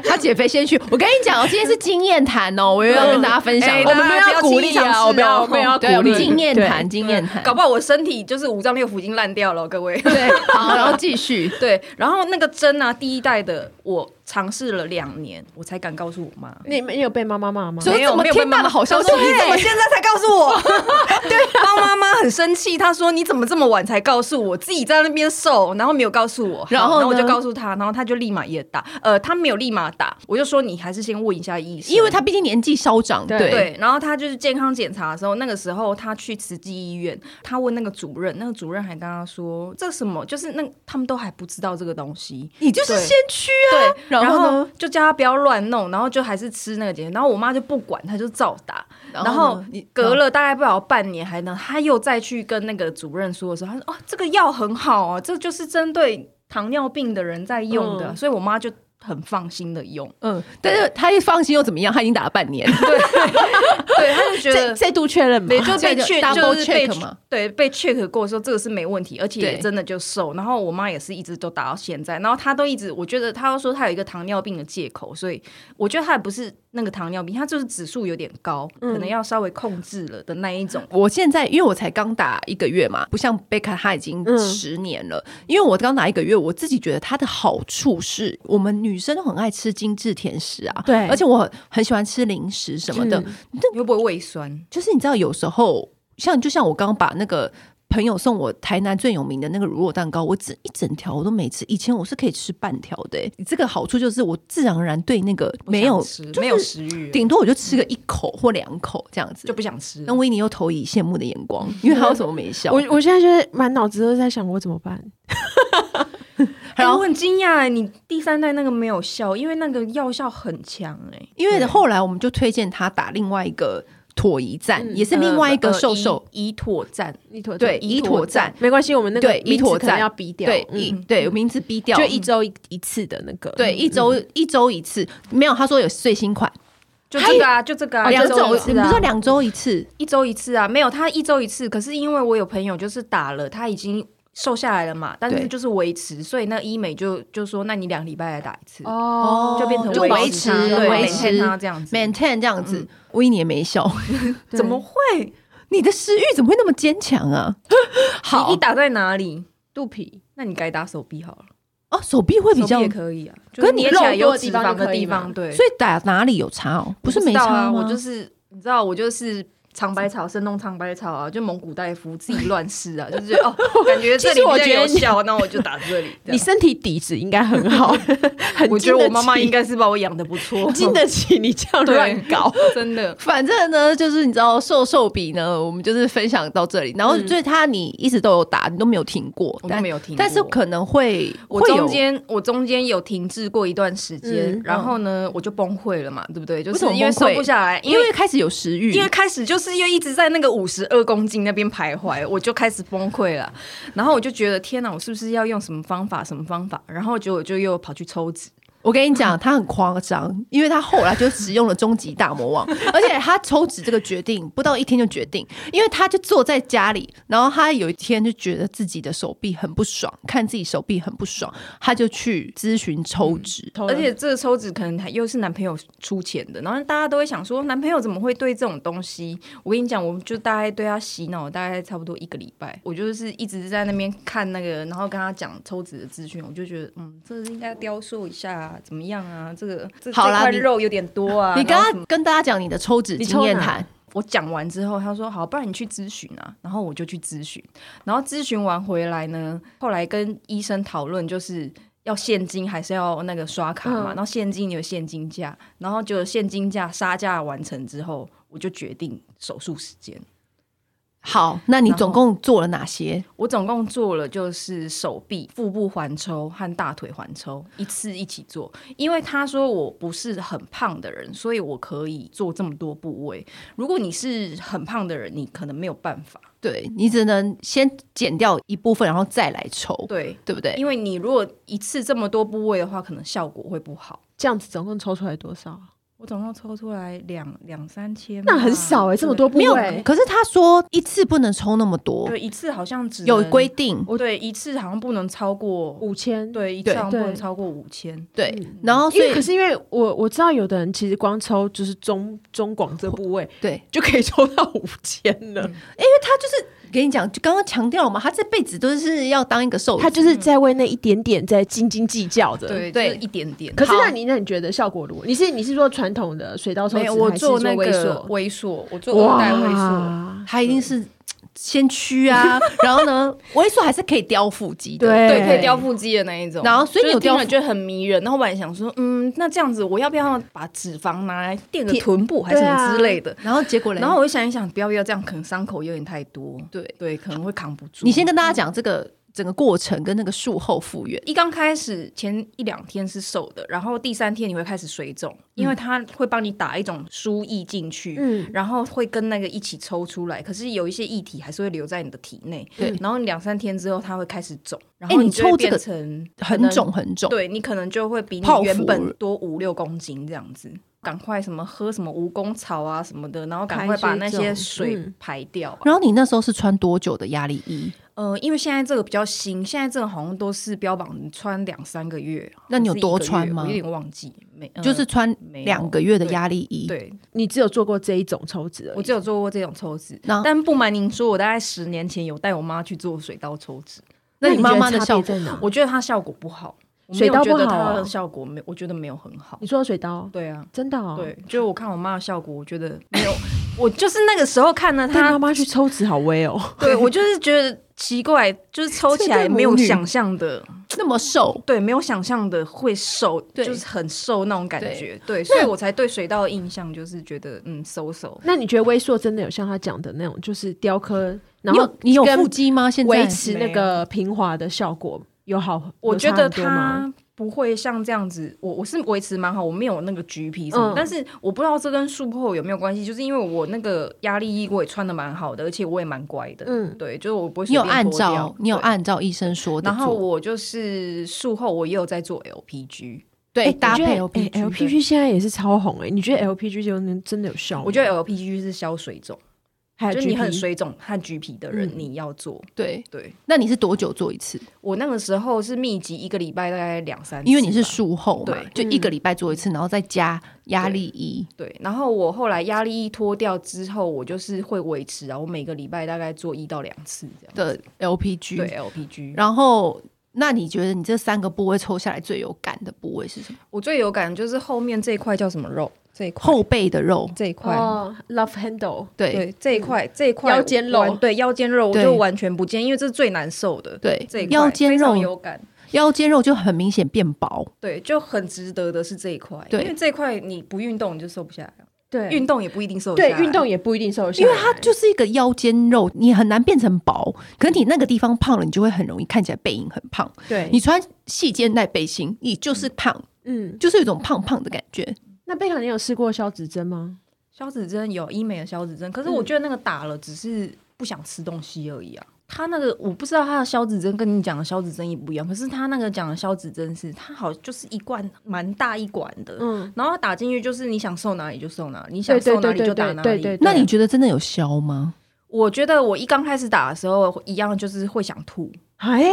[SPEAKER 1] 他减肥先去。我跟你讲哦，今天是经验谈哦，我又要跟大家分享
[SPEAKER 3] 哎
[SPEAKER 1] 了，
[SPEAKER 3] 大
[SPEAKER 1] 我
[SPEAKER 3] 家
[SPEAKER 1] 们没有
[SPEAKER 3] 不要
[SPEAKER 1] 鼓励
[SPEAKER 3] 轻易尝试
[SPEAKER 1] 啊，我们要
[SPEAKER 3] 哦
[SPEAKER 1] 我们要
[SPEAKER 2] 对
[SPEAKER 1] 鼓
[SPEAKER 2] 我
[SPEAKER 1] 励
[SPEAKER 2] 们
[SPEAKER 1] 经验
[SPEAKER 2] 对
[SPEAKER 1] 谈，经验谈。
[SPEAKER 3] 搞不好我身体就是五脏六腑已经烂掉了，各位。
[SPEAKER 1] 对，好，然后继续。
[SPEAKER 3] 对，然后那个针啊，第一代的我尝试了两年，我才敢告诉我妈。
[SPEAKER 2] 你没有被妈妈骂吗？
[SPEAKER 1] 所以
[SPEAKER 3] 没有
[SPEAKER 1] 怎么
[SPEAKER 3] 没有
[SPEAKER 1] 天
[SPEAKER 3] 被妈
[SPEAKER 1] 大
[SPEAKER 3] 妈
[SPEAKER 1] 的好消息？
[SPEAKER 3] 告诉
[SPEAKER 1] 你
[SPEAKER 3] 你
[SPEAKER 1] 怎
[SPEAKER 3] 怎
[SPEAKER 1] 么
[SPEAKER 3] 么现在才告 诉我？对，帮妈妈很生气，她说你怎么这么晚才告诉我？自己在那边瘦，然后没有告诉我。好
[SPEAKER 1] 然后呢
[SPEAKER 3] 我就告诉她，然后她就立马也打。呃，她没有立马打，我就说你还是先问一下医 生，
[SPEAKER 1] 因为他毕竟年纪稍长，
[SPEAKER 2] 对
[SPEAKER 1] 对，
[SPEAKER 3] 对，然后他就是健康检查的时候，那个时候他去慈济医院，他问那个主任，那个主任还跟他说这什么，就是那他们都还不知道这个东西。
[SPEAKER 1] 你就是
[SPEAKER 3] 对
[SPEAKER 1] 先驱啊。
[SPEAKER 3] 对，
[SPEAKER 1] 然
[SPEAKER 3] 然
[SPEAKER 1] 后呢
[SPEAKER 3] 后就叫他不要乱弄，然后就还是吃那个碱，然后我妈就不管，她就照打。
[SPEAKER 1] 然
[SPEAKER 3] 然
[SPEAKER 1] 后
[SPEAKER 3] 后
[SPEAKER 1] 呢你
[SPEAKER 3] 隔
[SPEAKER 2] 嗯
[SPEAKER 3] 了大概不了半年，还能她又再去跟那个主任说的时候，她说：“哦，这个药很好哦，这就是针对糖尿病的人在用的。
[SPEAKER 2] 嗯
[SPEAKER 3] 所以我妈就很放心的用。
[SPEAKER 1] 嗯，但是他一放心又怎么样？他已经打了半年，
[SPEAKER 3] 对，她就觉
[SPEAKER 2] 这
[SPEAKER 3] 得
[SPEAKER 2] 这度确 认吗？
[SPEAKER 3] 对，就被
[SPEAKER 1] 就
[SPEAKER 3] check，
[SPEAKER 1] 啊 double
[SPEAKER 3] 就是被
[SPEAKER 1] check 嘛
[SPEAKER 3] 对，被 check 过说这个是没问题，而且
[SPEAKER 1] 对
[SPEAKER 3] 也真的就瘦。然后我妈也是一直都打到现在，然后她都一直，我觉得她都说她有一个糖尿病的借口，所以我觉得她也不是那个糖尿病，她就是指数有点高，
[SPEAKER 1] 嗯
[SPEAKER 3] 可能要稍微控制了的那一种。
[SPEAKER 1] 我现在因为我才刚打一个月嘛，不像贝卡他已经
[SPEAKER 2] 嗯
[SPEAKER 1] 十年了。因为我刚打一个月，我自己觉得它的好处是我们女生都很爱吃精致甜食啊，
[SPEAKER 2] 对
[SPEAKER 1] 而且我很喜欢吃零食什么的。
[SPEAKER 2] 嗯
[SPEAKER 3] 你会不会胃酸？
[SPEAKER 1] 就是你知道，有时候像就像我刚把那个。朋友送我台南最有名的那个乳酪蛋糕，我整一整条我都没吃。以前我是可以吃半条的、欸，这个好处就是我自然而然对那个
[SPEAKER 3] 不
[SPEAKER 1] 没有
[SPEAKER 3] 想吃，
[SPEAKER 1] 就是
[SPEAKER 3] 没有食欲，
[SPEAKER 1] 顶多我就吃个一口或两口这样子，
[SPEAKER 3] 就不想吃。
[SPEAKER 1] 那维尼又投以羡慕的眼光，因为他有什么 没笑？
[SPEAKER 2] 我我现在就是满脑子都在想我怎么办。
[SPEAKER 3] 哎
[SPEAKER 1] 然
[SPEAKER 3] 我
[SPEAKER 1] 后，
[SPEAKER 3] 很惊讶，你第三代那个没有效，因为那个药效很强哎。
[SPEAKER 1] 因为后来我们就推荐他打另外一个妥胰站，
[SPEAKER 2] 嗯
[SPEAKER 1] 也是
[SPEAKER 2] 呃
[SPEAKER 1] 另外一个瘦瘦。
[SPEAKER 3] 乙妥赞，
[SPEAKER 2] 一坨
[SPEAKER 1] 对
[SPEAKER 3] 一
[SPEAKER 1] 一妥赞，
[SPEAKER 2] 没关系，我们那个
[SPEAKER 1] 对
[SPEAKER 2] 名字
[SPEAKER 1] 一坨
[SPEAKER 2] 可能
[SPEAKER 1] 赞
[SPEAKER 2] 要逼掉，
[SPEAKER 1] 对，
[SPEAKER 2] 嗯
[SPEAKER 1] 一对名字逼掉，嗯
[SPEAKER 2] 就一周嗯一一次的那个，
[SPEAKER 1] 对一周一周一次，没有他说有最新款，
[SPEAKER 3] 就这个啊，就这个啊，
[SPEAKER 1] 哦两
[SPEAKER 3] 就这
[SPEAKER 1] 种，
[SPEAKER 3] 个
[SPEAKER 1] 你不是说两周一次？
[SPEAKER 3] 一周一次啊，没有他一周一次，可是因为我有朋友就是打了，他已经。瘦下来了嘛，但是
[SPEAKER 1] 对
[SPEAKER 3] 就是维持，所以那医美就就说，那你两礼拜来打一次，
[SPEAKER 2] 哦
[SPEAKER 3] 就变成
[SPEAKER 1] 就维持
[SPEAKER 3] 它对
[SPEAKER 1] 维持
[SPEAKER 3] maintain 它这样子。
[SPEAKER 1] maintain 这样
[SPEAKER 3] 嗯
[SPEAKER 1] 子，我一年没笑，
[SPEAKER 2] 对
[SPEAKER 3] 怎么会？
[SPEAKER 1] 你的食欲怎么会那么坚强啊？
[SPEAKER 3] 你你打在哪里？
[SPEAKER 2] 肚皮？
[SPEAKER 3] 那你改打手臂好了，
[SPEAKER 1] 哦，手臂会比
[SPEAKER 3] 手
[SPEAKER 1] 较
[SPEAKER 3] 臂也，可以啊。就
[SPEAKER 1] 可是
[SPEAKER 3] 是
[SPEAKER 1] 你
[SPEAKER 3] 捏起
[SPEAKER 2] 肉
[SPEAKER 3] 来
[SPEAKER 2] 多
[SPEAKER 3] 有
[SPEAKER 2] 的
[SPEAKER 3] 脂
[SPEAKER 2] 地方
[SPEAKER 3] 肪
[SPEAKER 2] 就
[SPEAKER 3] 的
[SPEAKER 2] 可以
[SPEAKER 3] 地
[SPEAKER 2] 嘛
[SPEAKER 3] 方，对，
[SPEAKER 1] 所以打哪里有差哦？不是
[SPEAKER 3] 我
[SPEAKER 1] 没
[SPEAKER 3] 知道
[SPEAKER 1] 差
[SPEAKER 3] 啊，
[SPEAKER 1] 吗？
[SPEAKER 3] 我就是你知道，我就是。尝百草，生弄尝百草啊，就蒙古大夫自己乱试啊，就是哦，感觉这
[SPEAKER 2] 其
[SPEAKER 3] 里
[SPEAKER 2] 实我
[SPEAKER 3] 比较
[SPEAKER 2] 觉得
[SPEAKER 3] 有
[SPEAKER 2] 你
[SPEAKER 3] 效，那我就打这里。这
[SPEAKER 2] 你
[SPEAKER 3] 样
[SPEAKER 2] 身体底子应该很 好，很
[SPEAKER 3] 我觉
[SPEAKER 2] 经
[SPEAKER 3] 得
[SPEAKER 2] 得
[SPEAKER 3] 我妈妈
[SPEAKER 2] 起
[SPEAKER 3] 应该是把我养的不错，
[SPEAKER 2] 经 得起你这样
[SPEAKER 3] 对
[SPEAKER 2] 乱搞。，
[SPEAKER 3] 真的。
[SPEAKER 1] 反正呢，就是你知道瘦瘦比呢，我们就是分享到这里。然后就是他，你一直都有打，你都没有停过，
[SPEAKER 3] 嗯我都
[SPEAKER 1] 但
[SPEAKER 3] 没有停过
[SPEAKER 1] 但是可能会
[SPEAKER 3] 我
[SPEAKER 1] 会有
[SPEAKER 3] 中间我中间有停滞过一段时间，
[SPEAKER 2] 嗯
[SPEAKER 3] 然后呢，我就崩溃了嘛，对不对？就
[SPEAKER 1] 为
[SPEAKER 3] 是
[SPEAKER 1] 什么
[SPEAKER 3] 因
[SPEAKER 1] 崩
[SPEAKER 3] 为瘦
[SPEAKER 1] 溃
[SPEAKER 3] 不下来，因
[SPEAKER 1] 因
[SPEAKER 3] 为
[SPEAKER 1] 为开始有食欲，
[SPEAKER 3] 因为开始就是又一直在那个五十二公斤那边徘徊，我就开始崩溃了。然后我就觉得天哪，我是不是要用什么方法？什么方法？然后结果我就又跑去抽脂，
[SPEAKER 1] 我跟你讲，他很夸张，因为他后来就使用了终极大魔王，而且他抽脂这个决定不到一天就决定，因为他就坐在家里，然后他有一天就觉得自己的手臂很不爽，看自己手臂很不爽，他就去咨询抽脂。
[SPEAKER 3] 而且这个抽脂可能还又是男朋友出钱的，然后大家都会想说，男朋友怎么会对这种东西？我跟你讲，我就大概对他洗脑，大概差不多一个礼拜，我就是一直在那边看那个，然后跟他讲抽脂的资讯，我就觉得，嗯，这是应该雕塑一下、啊，怎么样啊？这个这
[SPEAKER 1] 好啦
[SPEAKER 3] 这块
[SPEAKER 1] 你
[SPEAKER 3] 肉有点多啊。
[SPEAKER 1] 你跟
[SPEAKER 3] 然后
[SPEAKER 1] 他跟大家讲你的抽脂
[SPEAKER 2] 你
[SPEAKER 1] 经
[SPEAKER 2] 抽
[SPEAKER 1] 验
[SPEAKER 2] 哪
[SPEAKER 1] 谈，
[SPEAKER 3] 我讲完之后，他说好，不然你去咨询啊。然后我就去咨询，然后咨询完回来呢，后来跟医生讨论，就是要现金还是要那个刷卡嘛。
[SPEAKER 2] 嗯
[SPEAKER 3] 然后现金有现金价，然后就现金价杀价完成之后，我就决定手术时间。
[SPEAKER 1] 好，那你
[SPEAKER 3] 然后
[SPEAKER 1] 总共做了哪些？
[SPEAKER 3] 我总共做了就是手臂、腹部环抽和大腿环抽一次一起做，因为他说我不是很胖的人，所以我可以做这么多部位。如果你是很胖的人，你可能没有办法。
[SPEAKER 1] 对你只能先减掉一部分，然后再来抽，
[SPEAKER 3] 对，
[SPEAKER 1] 对不对？
[SPEAKER 3] 因为你如果一次这么多部位的话，可能效果会不好。
[SPEAKER 2] 这样子总共抽出来多少？啊
[SPEAKER 3] 我总共抽出来两两三千吧，
[SPEAKER 2] 那很少哎、这么多部
[SPEAKER 1] 没有，
[SPEAKER 2] 位，
[SPEAKER 1] 可是他说一次不能抽那么多
[SPEAKER 3] 对。，对一次好像只
[SPEAKER 1] 有
[SPEAKER 3] 能
[SPEAKER 1] 规，定。
[SPEAKER 3] 我对一次好像不能超过，
[SPEAKER 2] 五千。哦
[SPEAKER 3] 对一次好像不
[SPEAKER 2] 对
[SPEAKER 3] 能超过五千。
[SPEAKER 1] 对，然后
[SPEAKER 2] 因
[SPEAKER 1] 所以
[SPEAKER 2] 为可是因为我我知道有的人其实光抽就是中中广这部位
[SPEAKER 1] 对，
[SPEAKER 2] 就可以抽到五千了，
[SPEAKER 1] 跟你讲，就刚刚强调了嘛，他这辈子都是要当一个瘦子。
[SPEAKER 2] 他就是在为那一点点在斤斤计较的。
[SPEAKER 1] 对
[SPEAKER 3] 对对，就是一点点。
[SPEAKER 2] 可是
[SPEAKER 1] 好
[SPEAKER 2] 那你那你觉得效果如何？你是你是做传统的水刀抽
[SPEAKER 3] 没
[SPEAKER 2] 脂，
[SPEAKER 3] 有，我
[SPEAKER 2] 还是
[SPEAKER 3] 做那
[SPEAKER 2] 微
[SPEAKER 3] 个
[SPEAKER 2] 缩
[SPEAKER 3] 微缩，我做二代微缩。
[SPEAKER 1] 他一定是先驱啊， 然后呢，猥琐还是可以雕腹肌的。
[SPEAKER 2] 对
[SPEAKER 3] 对，可以雕腹肌的那一种，
[SPEAKER 1] 然后所以你有
[SPEAKER 3] 就是听
[SPEAKER 1] 雕
[SPEAKER 3] 了
[SPEAKER 1] 腹
[SPEAKER 3] 觉得很迷人。然后我本来想说，嗯，那这样子我要不要把脂肪拿来垫个
[SPEAKER 2] 贴
[SPEAKER 3] 臀部，还是什么
[SPEAKER 2] 对
[SPEAKER 3] 之
[SPEAKER 2] 啊
[SPEAKER 3] 类的？
[SPEAKER 1] 然后结果呢？
[SPEAKER 3] 然后我就想一想，不要不要这样，可能伤口有点太多，
[SPEAKER 1] 对
[SPEAKER 3] 对，可能会扛不住。
[SPEAKER 1] 你先跟大家讲这个整个过程跟那个术后复原。
[SPEAKER 3] 一刚开始前一两天是瘦的，然后第三天你会开始水肿，因为它会帮你打一种输液进去，
[SPEAKER 2] 嗯
[SPEAKER 3] 然后会跟那个一起抽出来，可是有一些液体还是会留在你的体内，
[SPEAKER 1] 对
[SPEAKER 3] 然后你两三天之后它会开始肿，然
[SPEAKER 1] 哎
[SPEAKER 3] 后
[SPEAKER 1] 你
[SPEAKER 3] 就会
[SPEAKER 1] 抽这个
[SPEAKER 3] 变成
[SPEAKER 1] 很肿很肿，
[SPEAKER 3] 对你可能就会比你
[SPEAKER 1] 泡芙
[SPEAKER 3] 原本多五六公斤这样子。赶快什么喝什么蜈蚣草啊什么的，然后赶快把那些
[SPEAKER 2] 排水肿
[SPEAKER 3] 水
[SPEAKER 2] 嗯
[SPEAKER 3] 排掉吧。
[SPEAKER 1] 然后你那时候是穿多久的压力衣？
[SPEAKER 3] 呃，因为现在这个比较新，现在这个好像都是标榜穿两三个月。
[SPEAKER 1] 那你有
[SPEAKER 3] 还是一个
[SPEAKER 1] 多穿
[SPEAKER 3] 月
[SPEAKER 1] 吗
[SPEAKER 3] 我有点忘记，没，
[SPEAKER 2] 嗯
[SPEAKER 3] 呃
[SPEAKER 1] 就是穿
[SPEAKER 3] 没有
[SPEAKER 1] 两个月的压力衣。
[SPEAKER 3] 对
[SPEAKER 2] 你只有做过这一种抽脂而已，
[SPEAKER 3] 我只有做过这种抽脂
[SPEAKER 1] 那，
[SPEAKER 3] 但不瞒您说，我大概十年前有带我妈去做水刀抽脂，
[SPEAKER 1] 那你妈妈的
[SPEAKER 2] 觉得
[SPEAKER 1] 效
[SPEAKER 2] 差别
[SPEAKER 1] 果
[SPEAKER 2] 在哪？
[SPEAKER 3] 我觉得它效果不好，我没
[SPEAKER 2] 水
[SPEAKER 3] 有
[SPEAKER 2] 刀
[SPEAKER 3] 觉
[SPEAKER 2] 不
[SPEAKER 3] 得
[SPEAKER 2] 好
[SPEAKER 3] 它
[SPEAKER 2] 哦
[SPEAKER 3] 的效果没，我觉得没有很好
[SPEAKER 2] 你。说的水刀
[SPEAKER 3] 对啊，
[SPEAKER 2] 真的哦，
[SPEAKER 3] 对，就我看我妈的效果，我觉得没有，我就是那个时候看 了
[SPEAKER 2] 但
[SPEAKER 3] 她
[SPEAKER 2] 妈，妈去抽脂好威哦，
[SPEAKER 3] 对我就是觉得奇怪，就是抽起来没有
[SPEAKER 1] 这对母女
[SPEAKER 3] 想象的。
[SPEAKER 1] 那么瘦，
[SPEAKER 3] 对，没有想象的会瘦，
[SPEAKER 1] 对
[SPEAKER 3] 就是很瘦那种感觉。对，所以我才对水稻的印象就是觉得嗯，瘦瘦。
[SPEAKER 2] 那你觉得微硕真的有像他讲的那种，就是雕刻，然
[SPEAKER 1] 你
[SPEAKER 2] 后
[SPEAKER 1] 有你有
[SPEAKER 2] 跟
[SPEAKER 1] 腹肌吗？现在
[SPEAKER 2] 维持那个平滑的效果有好？
[SPEAKER 3] 我
[SPEAKER 2] 有
[SPEAKER 3] 觉
[SPEAKER 2] 差
[SPEAKER 3] 得
[SPEAKER 2] 很多吗
[SPEAKER 3] 它不会像这样子，我我是维持蛮好，我没有那个橘皮什么，
[SPEAKER 2] 嗯
[SPEAKER 3] 但是我不知道这跟术后有没有关系，就是因为我那个压力衣我也穿的蛮好的，而且我也蛮乖的。
[SPEAKER 2] 嗯
[SPEAKER 3] 对，就是我不会
[SPEAKER 1] 你
[SPEAKER 3] 随
[SPEAKER 1] 有
[SPEAKER 3] 便
[SPEAKER 1] 按
[SPEAKER 3] 脱掉
[SPEAKER 1] 照你有
[SPEAKER 3] 对
[SPEAKER 1] 按照医生说的
[SPEAKER 3] 然
[SPEAKER 1] 做，
[SPEAKER 3] 后我就是术后，我也有在做 LPG，
[SPEAKER 1] 对搭配
[SPEAKER 2] LPG，LPG、
[SPEAKER 1] LPG
[SPEAKER 3] 哦
[SPEAKER 2] 现在也是超红哎、你觉得 LPG 就能真的有效吗？
[SPEAKER 3] 我觉得 LPG 是消水肿，
[SPEAKER 2] 还有
[SPEAKER 3] 就你
[SPEAKER 2] GP
[SPEAKER 3] 很水肿和橘皮的人，
[SPEAKER 2] 嗯
[SPEAKER 3] 你要做。
[SPEAKER 1] 对，
[SPEAKER 3] 对
[SPEAKER 1] 那你是多久做一次？
[SPEAKER 3] 我那个时候是密集一个礼拜大概两三次吧，
[SPEAKER 1] 因为你是术后嘛，就
[SPEAKER 3] 对
[SPEAKER 1] 一个礼拜做一次，然后再加压力衣。
[SPEAKER 3] 对，然后我后来压力一脱掉之后，我就是会维持啊，我每个礼拜大概做一到两次这样。
[SPEAKER 1] 的 LPG，
[SPEAKER 3] 对 LPG，
[SPEAKER 1] 然后，那你觉得你这三个部位抽下来最有感的部位是什么？
[SPEAKER 3] 我最有感就是后面这一块叫什么肉？这一块，
[SPEAKER 1] 后背的肉，
[SPEAKER 3] 这一块，
[SPEAKER 2] 哦，Love Handle，
[SPEAKER 1] 对
[SPEAKER 3] 对，这一块，这一块
[SPEAKER 2] 腰间肉
[SPEAKER 3] 完对腰间肉，我
[SPEAKER 1] 对
[SPEAKER 3] 就完全不建议，因为这是最难受的。
[SPEAKER 1] 对
[SPEAKER 3] 这一块
[SPEAKER 1] 腰间
[SPEAKER 3] 非常
[SPEAKER 1] 肉，
[SPEAKER 3] 有感，
[SPEAKER 1] 腰间肉就很明显变薄，
[SPEAKER 3] 对，就很值得的是这一块，
[SPEAKER 1] 对
[SPEAKER 3] 因为这一块你不运动你就瘦不下来了，
[SPEAKER 2] 对
[SPEAKER 3] 运动也不一定瘦得
[SPEAKER 2] 对
[SPEAKER 3] 下来
[SPEAKER 2] 运动也不一定瘦得下
[SPEAKER 1] 因
[SPEAKER 2] 来，
[SPEAKER 1] 为它就是一个腰间肉，你很难变成薄。可是你那个地方胖了，你就会很容易看起来背影很胖。
[SPEAKER 2] 对
[SPEAKER 1] 你穿细肩带背心，你就是胖，
[SPEAKER 2] 嗯，
[SPEAKER 1] 就是有一种胖胖的感觉。
[SPEAKER 2] 那贝卡，你有试过消脂针吗？
[SPEAKER 3] 消脂针有医美的消脂针，
[SPEAKER 2] 嗯
[SPEAKER 3] 可是我觉得那个打了只是不想吃东西而已啊。他那个我不知道他的消脂针跟你讲的消脂针也不一样，可是他那个讲的消脂针是它好就是一罐蛮大一管的，
[SPEAKER 2] 嗯，
[SPEAKER 3] 然后打进去就是你想瘦哪里就瘦哪里，你想瘦哪里就打哪里。
[SPEAKER 2] 对对对对对
[SPEAKER 1] 那你觉得真的有消吗？
[SPEAKER 3] 我觉得我一刚开始打的时候一样就是会想吐，
[SPEAKER 2] 哎，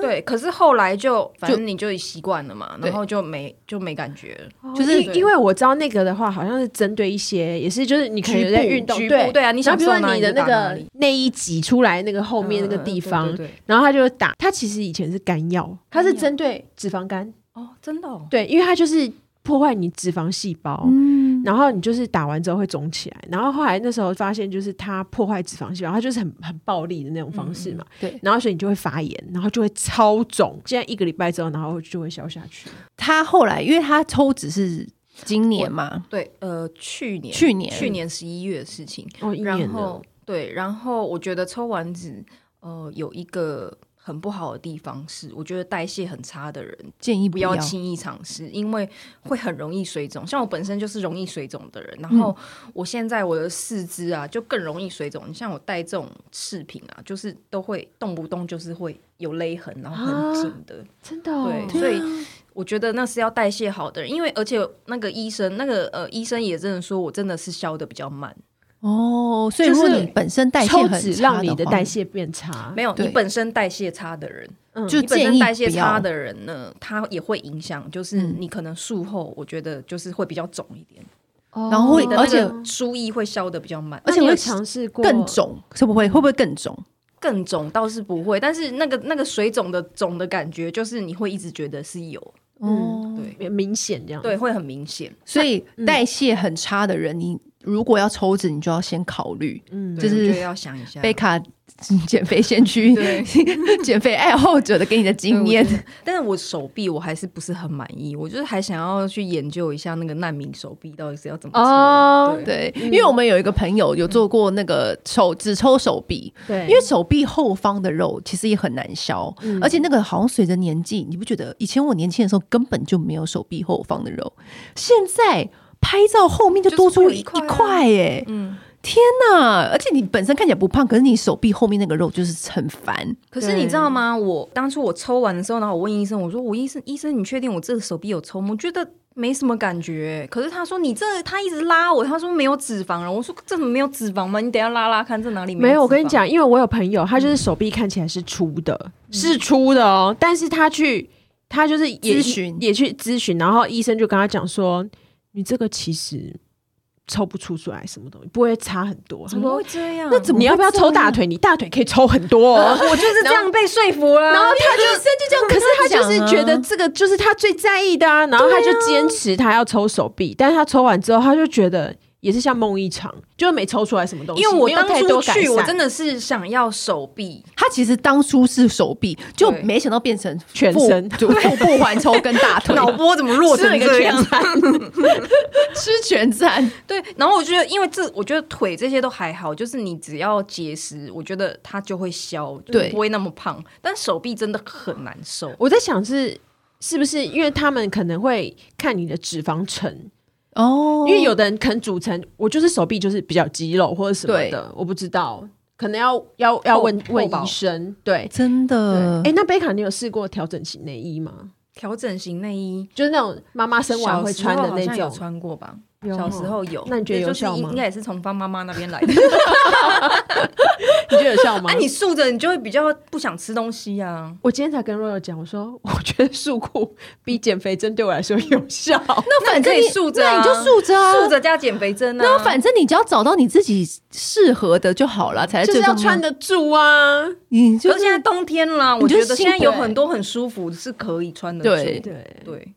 [SPEAKER 3] 对，可是后来就反正你就习惯了嘛，
[SPEAKER 1] 对
[SPEAKER 3] 然后就没就没感觉了。
[SPEAKER 1] 就是
[SPEAKER 2] 因因为我知道那个的话，好像是针对一些，也是就是你可能有在运动，
[SPEAKER 3] 局部
[SPEAKER 2] 对
[SPEAKER 3] 对啊你
[SPEAKER 2] 然后
[SPEAKER 3] 想
[SPEAKER 2] 比如
[SPEAKER 3] 瘦哪
[SPEAKER 2] 说
[SPEAKER 3] 里
[SPEAKER 2] 你的
[SPEAKER 3] 就
[SPEAKER 2] 那
[SPEAKER 3] 打哪
[SPEAKER 2] 个
[SPEAKER 3] 里
[SPEAKER 2] 内衣挤出来那个后面那个
[SPEAKER 3] 嗯
[SPEAKER 2] 地
[SPEAKER 3] 对
[SPEAKER 2] 方，
[SPEAKER 3] 对对对
[SPEAKER 2] 然后他就会打，他其实以前是肝药，它是针对脂肪肝，
[SPEAKER 3] 哦，真的、哦，
[SPEAKER 2] 对，因为它就是破坏你脂肪细胞。
[SPEAKER 1] 嗯，
[SPEAKER 2] 然后你就是打完之后会肿起来，然后后来那时候发现就是它破坏脂肪细胞，它就是很很暴力的那种方式嘛，
[SPEAKER 1] 对。
[SPEAKER 2] 然后所以你就会发炎，然后就会超肿。现在一个礼拜之后，然后就会消下去。
[SPEAKER 1] 他后来，因为他抽脂是今年嘛，
[SPEAKER 3] 对，呃，去年
[SPEAKER 1] 去年
[SPEAKER 3] 去年十一月的事情，
[SPEAKER 2] 哦，一年
[SPEAKER 3] 然
[SPEAKER 2] 了
[SPEAKER 3] 后，对，然后我觉得抽完脂，呃，有一个很不好的地方是，我觉得代谢很差的人
[SPEAKER 1] 建议
[SPEAKER 3] 不
[SPEAKER 1] 不
[SPEAKER 3] 要
[SPEAKER 1] 要
[SPEAKER 3] 轻易尝试，因为会很容易水肿。像我本身就是容易水肿的人，然后我现在我的四肢啊就更容易水肿。你像我戴这种饰品啊，就是都会动不动就是会有勒痕，然后很紧的。
[SPEAKER 2] 真的、哦，
[SPEAKER 1] 啊
[SPEAKER 3] 对，所以我觉得那是要代谢好的人，因为而且那个医生，那个呃医生也真的说我真的是消的比较慢，
[SPEAKER 1] 哦。所以如果
[SPEAKER 2] 就是
[SPEAKER 1] 你本身代谢
[SPEAKER 2] 抽
[SPEAKER 1] 很
[SPEAKER 2] 脂
[SPEAKER 1] 差
[SPEAKER 2] 让你的
[SPEAKER 1] 的话
[SPEAKER 2] 代谢变差，
[SPEAKER 3] 没有
[SPEAKER 1] 对
[SPEAKER 3] 你本身代谢差的人。
[SPEAKER 2] 嗯
[SPEAKER 1] 就
[SPEAKER 3] 你本
[SPEAKER 1] 建
[SPEAKER 3] 身
[SPEAKER 1] 议
[SPEAKER 3] 代谢
[SPEAKER 1] 不要嗯
[SPEAKER 3] 差的人呢，他也会影响，就是你可能术后，我觉得就是会比较肿一点，
[SPEAKER 1] 然后会
[SPEAKER 3] 你的
[SPEAKER 1] 而
[SPEAKER 3] 那
[SPEAKER 1] 且
[SPEAKER 3] 个输液会消的比较慢，
[SPEAKER 2] 而
[SPEAKER 1] 而
[SPEAKER 2] 且
[SPEAKER 1] 且
[SPEAKER 2] 我
[SPEAKER 1] 我
[SPEAKER 2] 有
[SPEAKER 1] 有
[SPEAKER 2] 尝试过
[SPEAKER 1] 更，肿，会不会会不会更肿？
[SPEAKER 3] 更肿倒是不会，但是那个那个水肿的肿的感觉，就是你会一直觉得是有，
[SPEAKER 2] 嗯
[SPEAKER 1] 哦，
[SPEAKER 3] 对
[SPEAKER 2] 明显这样。
[SPEAKER 3] 对，，会很明显。
[SPEAKER 1] 所以
[SPEAKER 2] 嗯
[SPEAKER 1] 代谢很差的人，你如果要抽脂，你就要先考虑。
[SPEAKER 2] 嗯，
[SPEAKER 1] 就是
[SPEAKER 3] 对我觉得要想一下
[SPEAKER 1] 贝卡减肥先驱
[SPEAKER 3] 对，
[SPEAKER 1] 减肥爱好者的给你的经验
[SPEAKER 3] 对我觉得但是我手臂我还是不是很满意，我就是还想要去研究一下那个难民手臂到底是要怎么做。
[SPEAKER 2] 哦，
[SPEAKER 1] 对，因为我们有一个朋友有做过那个抽只抽手臂，
[SPEAKER 2] 对，
[SPEAKER 1] 因为手臂后方的肉其实也很难消，而且那个好像随着年纪，你不觉得？以前我年轻的时候根本就没有手臂后方的肉，现在拍照后面就多出
[SPEAKER 3] 就是
[SPEAKER 1] 了
[SPEAKER 3] 会有
[SPEAKER 1] 一
[SPEAKER 3] 一块啊
[SPEAKER 1] 块耶、
[SPEAKER 3] 嗯，
[SPEAKER 1] 天哪！而且你本身看起来不胖，可是你手臂后面那个肉就是很烦。
[SPEAKER 3] 可是你知道吗？我当初我抽完的时候，然后我问医生，我说：“我医生，医生，你确定我这个手臂有抽吗？”我觉得没什么感觉、可是他说：“你这他一直拉我，他说没有脂肪了。”我说：“这怎么没有脂肪吗？你等一下拉拉看，这哪里
[SPEAKER 2] 没有，
[SPEAKER 3] 有脂肪？”嗯
[SPEAKER 2] 我跟你，讲，因为我有朋友，他就是手臂看起来是粗的，是粗的哦，但是他去，他就是也
[SPEAKER 1] 咨询
[SPEAKER 2] 也去咨询，然后医生就跟他讲说，你这个其实抽不出出来什么东西，不会差很多。
[SPEAKER 3] 怎
[SPEAKER 2] 他
[SPEAKER 3] 么
[SPEAKER 2] 说
[SPEAKER 3] 会这样？
[SPEAKER 1] 那怎么
[SPEAKER 2] 你要不要
[SPEAKER 1] 会这样
[SPEAKER 2] 抽大？腿？你大腿可以抽很多、 哦。
[SPEAKER 3] 我就是这样被说服了。啊
[SPEAKER 2] 然后他就
[SPEAKER 1] 医生就这样
[SPEAKER 2] 可
[SPEAKER 1] 跟
[SPEAKER 2] 是他
[SPEAKER 1] 讲
[SPEAKER 2] 就
[SPEAKER 1] 啊
[SPEAKER 2] 是觉得这个就是他最在意的啊，然后他就坚持他要抽手臂，但是他抽完之后，他就觉得也是像梦一场，就没抽出来什么东西，
[SPEAKER 3] 因为我
[SPEAKER 2] 没有
[SPEAKER 3] 当
[SPEAKER 2] 太
[SPEAKER 3] 初
[SPEAKER 2] 多改
[SPEAKER 3] 去，我
[SPEAKER 2] 善
[SPEAKER 3] 真的是想要手臂，
[SPEAKER 1] 他其实当初是手臂，就
[SPEAKER 3] 对
[SPEAKER 1] 没想到变成
[SPEAKER 2] 全
[SPEAKER 1] 腹
[SPEAKER 2] 身
[SPEAKER 1] 就腹部环抽跟大 腿，
[SPEAKER 3] 脑波怎么弱
[SPEAKER 2] 吃了
[SPEAKER 3] 成
[SPEAKER 2] 一个
[SPEAKER 3] 这样
[SPEAKER 2] 全？餐。
[SPEAKER 1] 吃全餐。
[SPEAKER 3] 对，然后我觉得，因为这，我觉得腿这些都还好，就是你只要节食，我觉得它就会消，就是
[SPEAKER 1] 对
[SPEAKER 3] 不会那么胖。但手臂真的很难受，
[SPEAKER 2] 我在想是是不是因为他们可能会看你的脂肪层，
[SPEAKER 1] 哦
[SPEAKER 2] 因为有的人可能组成我就是手臂就是比较肌肉或者什么的，我不知道，可能要要要问
[SPEAKER 3] 厚
[SPEAKER 2] 问
[SPEAKER 3] 薄
[SPEAKER 2] 医生。对，
[SPEAKER 1] 真的
[SPEAKER 2] 哎、那贝卡，你有试过调整型内衣吗？
[SPEAKER 3] 调整型内衣，
[SPEAKER 2] 就是那种妈妈生完会穿的
[SPEAKER 3] 小时候好
[SPEAKER 2] 那
[SPEAKER 3] 像有
[SPEAKER 2] 种，
[SPEAKER 3] 穿过吧？
[SPEAKER 2] 有
[SPEAKER 3] 小时候有，
[SPEAKER 2] 那你觉得有
[SPEAKER 3] 就是
[SPEAKER 2] 效吗
[SPEAKER 3] 应该也是从方妈妈那边来的。
[SPEAKER 2] 你觉得有效吗？
[SPEAKER 3] 啊，你竖着，你就会比较不想吃东西啊。
[SPEAKER 2] 我今天才跟若若讲，我说我觉得束裤比减肥针对我来说有效。
[SPEAKER 1] 那反正
[SPEAKER 3] 那你
[SPEAKER 1] 你
[SPEAKER 3] 可以竖着啊
[SPEAKER 1] 那你就竖着、啊，
[SPEAKER 3] 竖着加减肥针啊，
[SPEAKER 1] 那反正你只要找到你自己适合的就好了，才
[SPEAKER 2] 就是要穿
[SPEAKER 1] 的。
[SPEAKER 2] 得住啊！
[SPEAKER 1] 你就
[SPEAKER 3] 可是现在冬天啦，
[SPEAKER 1] 你
[SPEAKER 3] 我
[SPEAKER 1] 就
[SPEAKER 3] 觉得现在
[SPEAKER 1] 幸
[SPEAKER 3] 有
[SPEAKER 1] 亏
[SPEAKER 3] 很多很舒服是可以穿得住。
[SPEAKER 1] 对
[SPEAKER 2] 对，
[SPEAKER 3] 对，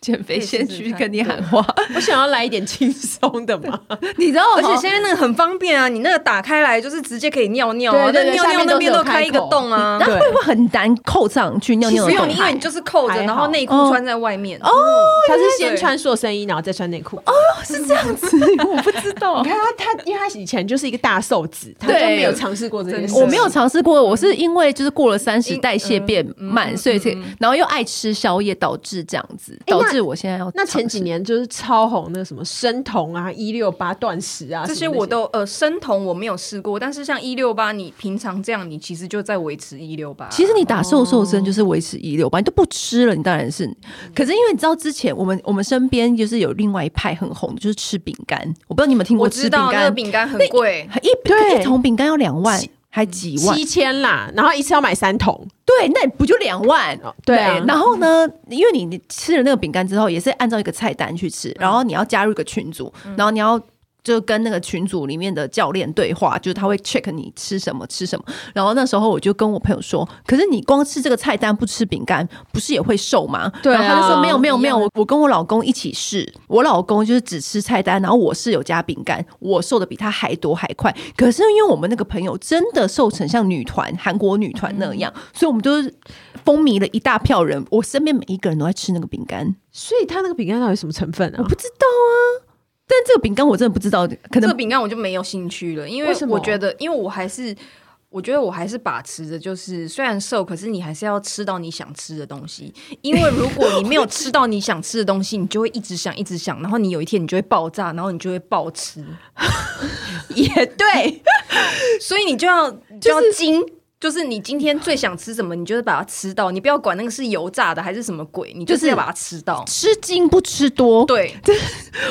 [SPEAKER 1] 减肥先
[SPEAKER 3] 可以试
[SPEAKER 1] 去
[SPEAKER 3] 试看
[SPEAKER 1] 跟你喊话，
[SPEAKER 2] 我想要来一点轻松的嘛。
[SPEAKER 1] 你知道，
[SPEAKER 2] 哦
[SPEAKER 3] 而且现在那个很方便啊，你那个打开来就是直接可以尿尿啊，
[SPEAKER 2] 对对对
[SPEAKER 3] 那尿
[SPEAKER 2] 下
[SPEAKER 3] 尿
[SPEAKER 2] 面都
[SPEAKER 3] 那
[SPEAKER 2] 是
[SPEAKER 3] 边
[SPEAKER 2] 有
[SPEAKER 3] 都开一个
[SPEAKER 2] 开口
[SPEAKER 3] 洞啊
[SPEAKER 1] 那。
[SPEAKER 2] 对
[SPEAKER 1] 会不会很难扣上去尿尿的
[SPEAKER 3] 没
[SPEAKER 1] 状
[SPEAKER 3] 有，
[SPEAKER 1] 态？
[SPEAKER 3] 因为你就是扣着，
[SPEAKER 2] 还好
[SPEAKER 3] 然后内裤
[SPEAKER 1] 嗯
[SPEAKER 3] 穿在外面。哦，
[SPEAKER 2] 他是
[SPEAKER 3] 对
[SPEAKER 2] 先
[SPEAKER 3] 对
[SPEAKER 2] 穿塑身衣，然后再穿内裤。
[SPEAKER 1] 是这样子，我不知道
[SPEAKER 2] 你。看他，他因为他以前就是一个大瘦子，他就
[SPEAKER 1] 对
[SPEAKER 2] 没有尝试过这件事。
[SPEAKER 1] 我没有尝试过，我是因为就是过了三十，
[SPEAKER 3] 因
[SPEAKER 1] 代谢变慢，所以才然后又爱吃宵夜，导致这样子，
[SPEAKER 2] 那
[SPEAKER 1] 导致我现在要
[SPEAKER 2] 那
[SPEAKER 1] 尝
[SPEAKER 2] 前
[SPEAKER 1] 试
[SPEAKER 2] 几年就是超红那个什么生酮啊、一六八断食啊，
[SPEAKER 3] 这
[SPEAKER 2] 什
[SPEAKER 3] 些
[SPEAKER 2] 么
[SPEAKER 3] 我都呃生酮我没有试过，但是像一六八，你平常这样，你其实就在维持一六八。
[SPEAKER 1] 其实你打瘦瘦针就是维持一六八，你都不吃了，你当然是。可是因为你知道之前我们我们身边就是有另外一派很红的，就是吃饼干。我不知道你有没有听过
[SPEAKER 3] 我
[SPEAKER 1] 吃饼
[SPEAKER 3] 知道那个
[SPEAKER 1] 干，
[SPEAKER 3] 饼干很贵，
[SPEAKER 1] 一
[SPEAKER 2] 对
[SPEAKER 1] 一桶饼干要两万。还几万？
[SPEAKER 2] 七千啦，然后一次要买三桶，
[SPEAKER 1] 对，那不就两万
[SPEAKER 2] 哦？对啊
[SPEAKER 1] 然后呢，因为你吃了那个饼干之后，也是按照一个菜单去吃，然后你要加入一个群组，然后你要就跟那个群组里面的教练对话，就是他会 check 你吃什么吃什么。然后那时候我就跟我朋友说，可是你光吃这个菜单不吃饼干，不是也会瘦吗？
[SPEAKER 2] 对啊
[SPEAKER 1] 然后他就说没有没有没有，
[SPEAKER 2] 一样
[SPEAKER 1] 我我跟我老公一起试，我老公就是只吃菜单，然后我是有加饼干，我瘦的比他还多还快。可是因为我们那个朋友真的瘦成像女团韩国女团那样，所以我们就是风靡了一大票人。我身边每一个人都在吃那个饼干，
[SPEAKER 2] 所以他那个饼干到底什么成分
[SPEAKER 1] 我
[SPEAKER 2] 啊？
[SPEAKER 1] 不知道啊。但这个饼干我真的不知道，可
[SPEAKER 3] 这
[SPEAKER 1] 能
[SPEAKER 3] 个饼干我就没有兴趣了，因
[SPEAKER 2] 为
[SPEAKER 3] 为
[SPEAKER 2] 什么
[SPEAKER 3] 我觉得，因为我还是。我觉得我还是把持着，就是虽然瘦，可是你还是要吃到你想吃的东西。因为如果你没有吃到你想吃的东西，你就会一直想，一直想，然后你有一天你就会爆炸，然后你就会暴吃。
[SPEAKER 1] 也对，
[SPEAKER 3] 所以你就要就要精，就是你今天最想吃什么，你就是把它吃到，你不要管那个是油炸的还是什么鬼，你就是
[SPEAKER 1] 就是
[SPEAKER 3] 要把它吃到。
[SPEAKER 1] 吃精不吃多。
[SPEAKER 3] 对，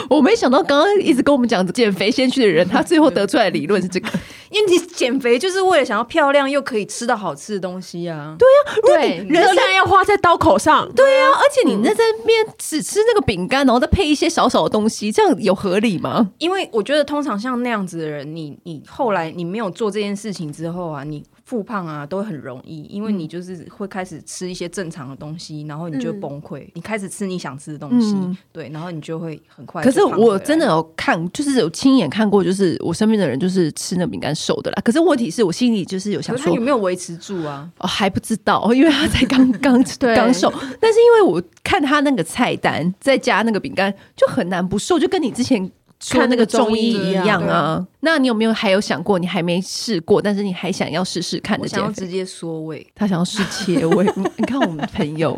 [SPEAKER 1] 我没想到刚刚一直跟我们讲减肥先去的人，他最后得出来的理论是这个。
[SPEAKER 3] 因为你减肥就是为了想要漂亮又可以吃到好吃的东西啊。对，
[SPEAKER 2] 对，热量要花在刀口上。
[SPEAKER 1] 对啊，而且你在这边只吃那个饼干，然后再配一些少少的东西，这样有合理吗？
[SPEAKER 3] 因为我觉得通常像那样子的人，你你后来你没有做这件事情之后啊，你复胖啊都很容易，因为你就是会开始吃一些正常的东西，然后你就
[SPEAKER 2] 嗯
[SPEAKER 3] 崩溃，你开始吃你想吃的东西，
[SPEAKER 1] 嗯
[SPEAKER 3] 对，然后你就会很快。
[SPEAKER 1] 可是我真的。有看，就是有亲眼看过，就是我身边的人就是吃那饼干瘦的啦。可是问题是我心里就是有想
[SPEAKER 3] 可是
[SPEAKER 1] 说
[SPEAKER 3] 他有，没有维持住啊？
[SPEAKER 1] 哦还不知道，因为他才刚 刚
[SPEAKER 2] 对
[SPEAKER 1] 刚瘦。但是因为我看他那个菜单，再加那个饼干，就很难不瘦，就跟你之前。说
[SPEAKER 2] 看
[SPEAKER 1] 那
[SPEAKER 2] 那
[SPEAKER 1] 个
[SPEAKER 2] 个
[SPEAKER 1] 中医
[SPEAKER 2] 中
[SPEAKER 1] 一
[SPEAKER 2] 医
[SPEAKER 1] 样
[SPEAKER 3] 对
[SPEAKER 1] 啊，那你有没有还有想过，你还没试过，但是你还想要试试看
[SPEAKER 3] 我
[SPEAKER 1] 的
[SPEAKER 3] 想要
[SPEAKER 1] 减肥
[SPEAKER 3] 直接缩 胃，
[SPEAKER 1] 他想要试切胃。嗯 你看我们朋友，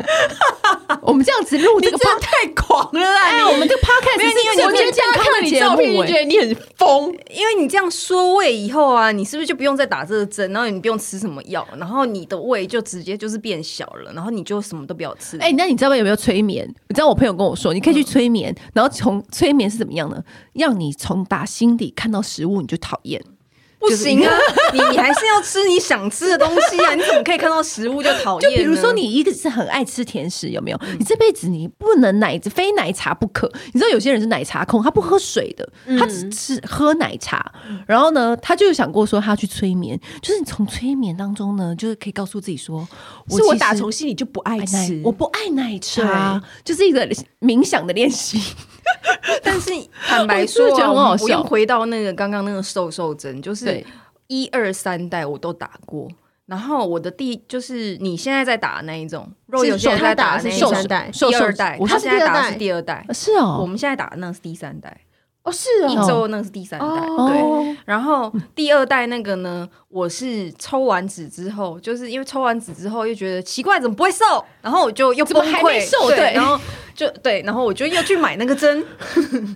[SPEAKER 1] 我们这样子录这个 p
[SPEAKER 2] 太狂了啦！
[SPEAKER 1] 哎，我们这个 podcast
[SPEAKER 2] 没有
[SPEAKER 1] 是
[SPEAKER 2] 你，我
[SPEAKER 1] 正
[SPEAKER 2] 觉得
[SPEAKER 1] 面健
[SPEAKER 2] 大家
[SPEAKER 1] 康
[SPEAKER 2] 看
[SPEAKER 1] 的
[SPEAKER 2] 你
[SPEAKER 1] 节
[SPEAKER 2] 照片，
[SPEAKER 1] 目
[SPEAKER 2] 就觉
[SPEAKER 1] 哎。
[SPEAKER 2] 得你很疯。
[SPEAKER 3] 因为你这样缩胃以后啊，你是不是就不用再打这个针，然后你不用吃什么药，然后你的胃就直接就是变小了，然后你就什么都不要吃。
[SPEAKER 1] 哎、那你知道有没有催眠？你知道我朋友跟我说，你可以去催眠，
[SPEAKER 2] 嗯
[SPEAKER 1] 然后从催眠是怎么样呢？让你从打心底看到食物你就讨厌。
[SPEAKER 3] 不行啊， 你你还是要吃你想吃的东西啊！你怎么可以看到食物就讨
[SPEAKER 1] 就
[SPEAKER 3] 厌呢？嗯
[SPEAKER 1] 比如说你一个是很爱吃甜食，有没有？你这辈子你不能奶非奶茶不可。你知道有些人是奶茶控，他不喝水的，
[SPEAKER 3] 嗯
[SPEAKER 1] 他只吃喝奶茶。然后呢，他就有想过说他要去催眠，就是你从催眠当中呢，就是可以告诉自己说，
[SPEAKER 2] 是我
[SPEAKER 1] 其实哎
[SPEAKER 2] 打从心里就不爱
[SPEAKER 1] 爱奶
[SPEAKER 2] 吃，，
[SPEAKER 1] 我不爱奶茶，就是一个冥想的练习。
[SPEAKER 3] 但是坦白
[SPEAKER 1] 我真
[SPEAKER 3] 说、
[SPEAKER 1] 的觉得
[SPEAKER 3] 啊，
[SPEAKER 1] 很好笑
[SPEAKER 3] 我又回到那个刚刚那个瘦瘦针，就是
[SPEAKER 1] 对
[SPEAKER 3] 一二三代我都打过。然后我的第就是你现在在打的那一种，肉有现在在打的那一
[SPEAKER 1] 瘦
[SPEAKER 3] 种
[SPEAKER 1] 他打的是第三代瘦
[SPEAKER 3] 第二
[SPEAKER 1] 瘦
[SPEAKER 3] 代，
[SPEAKER 1] 我
[SPEAKER 3] 他
[SPEAKER 2] 说是
[SPEAKER 3] 现在打
[SPEAKER 2] 第二
[SPEAKER 3] 的
[SPEAKER 2] 代
[SPEAKER 3] 是第
[SPEAKER 1] 是
[SPEAKER 3] 二代，我
[SPEAKER 1] 哦，
[SPEAKER 3] 们现在打的那是第三代，
[SPEAKER 2] 哦是
[SPEAKER 3] 一
[SPEAKER 2] 哦，
[SPEAKER 3] 周那是第三代，
[SPEAKER 2] 哦
[SPEAKER 3] 对。
[SPEAKER 1] 哦，
[SPEAKER 3] 然后第二代那个呢，我是抽完脂之后，就是因为抽完脂之后又觉得奇怪，怎么不会瘦？然后我就又
[SPEAKER 1] 怎么
[SPEAKER 3] 崩
[SPEAKER 1] 还
[SPEAKER 3] 溃
[SPEAKER 1] 没瘦
[SPEAKER 3] 对，
[SPEAKER 1] 对
[SPEAKER 3] 然后就对，然后我就又去买那个针，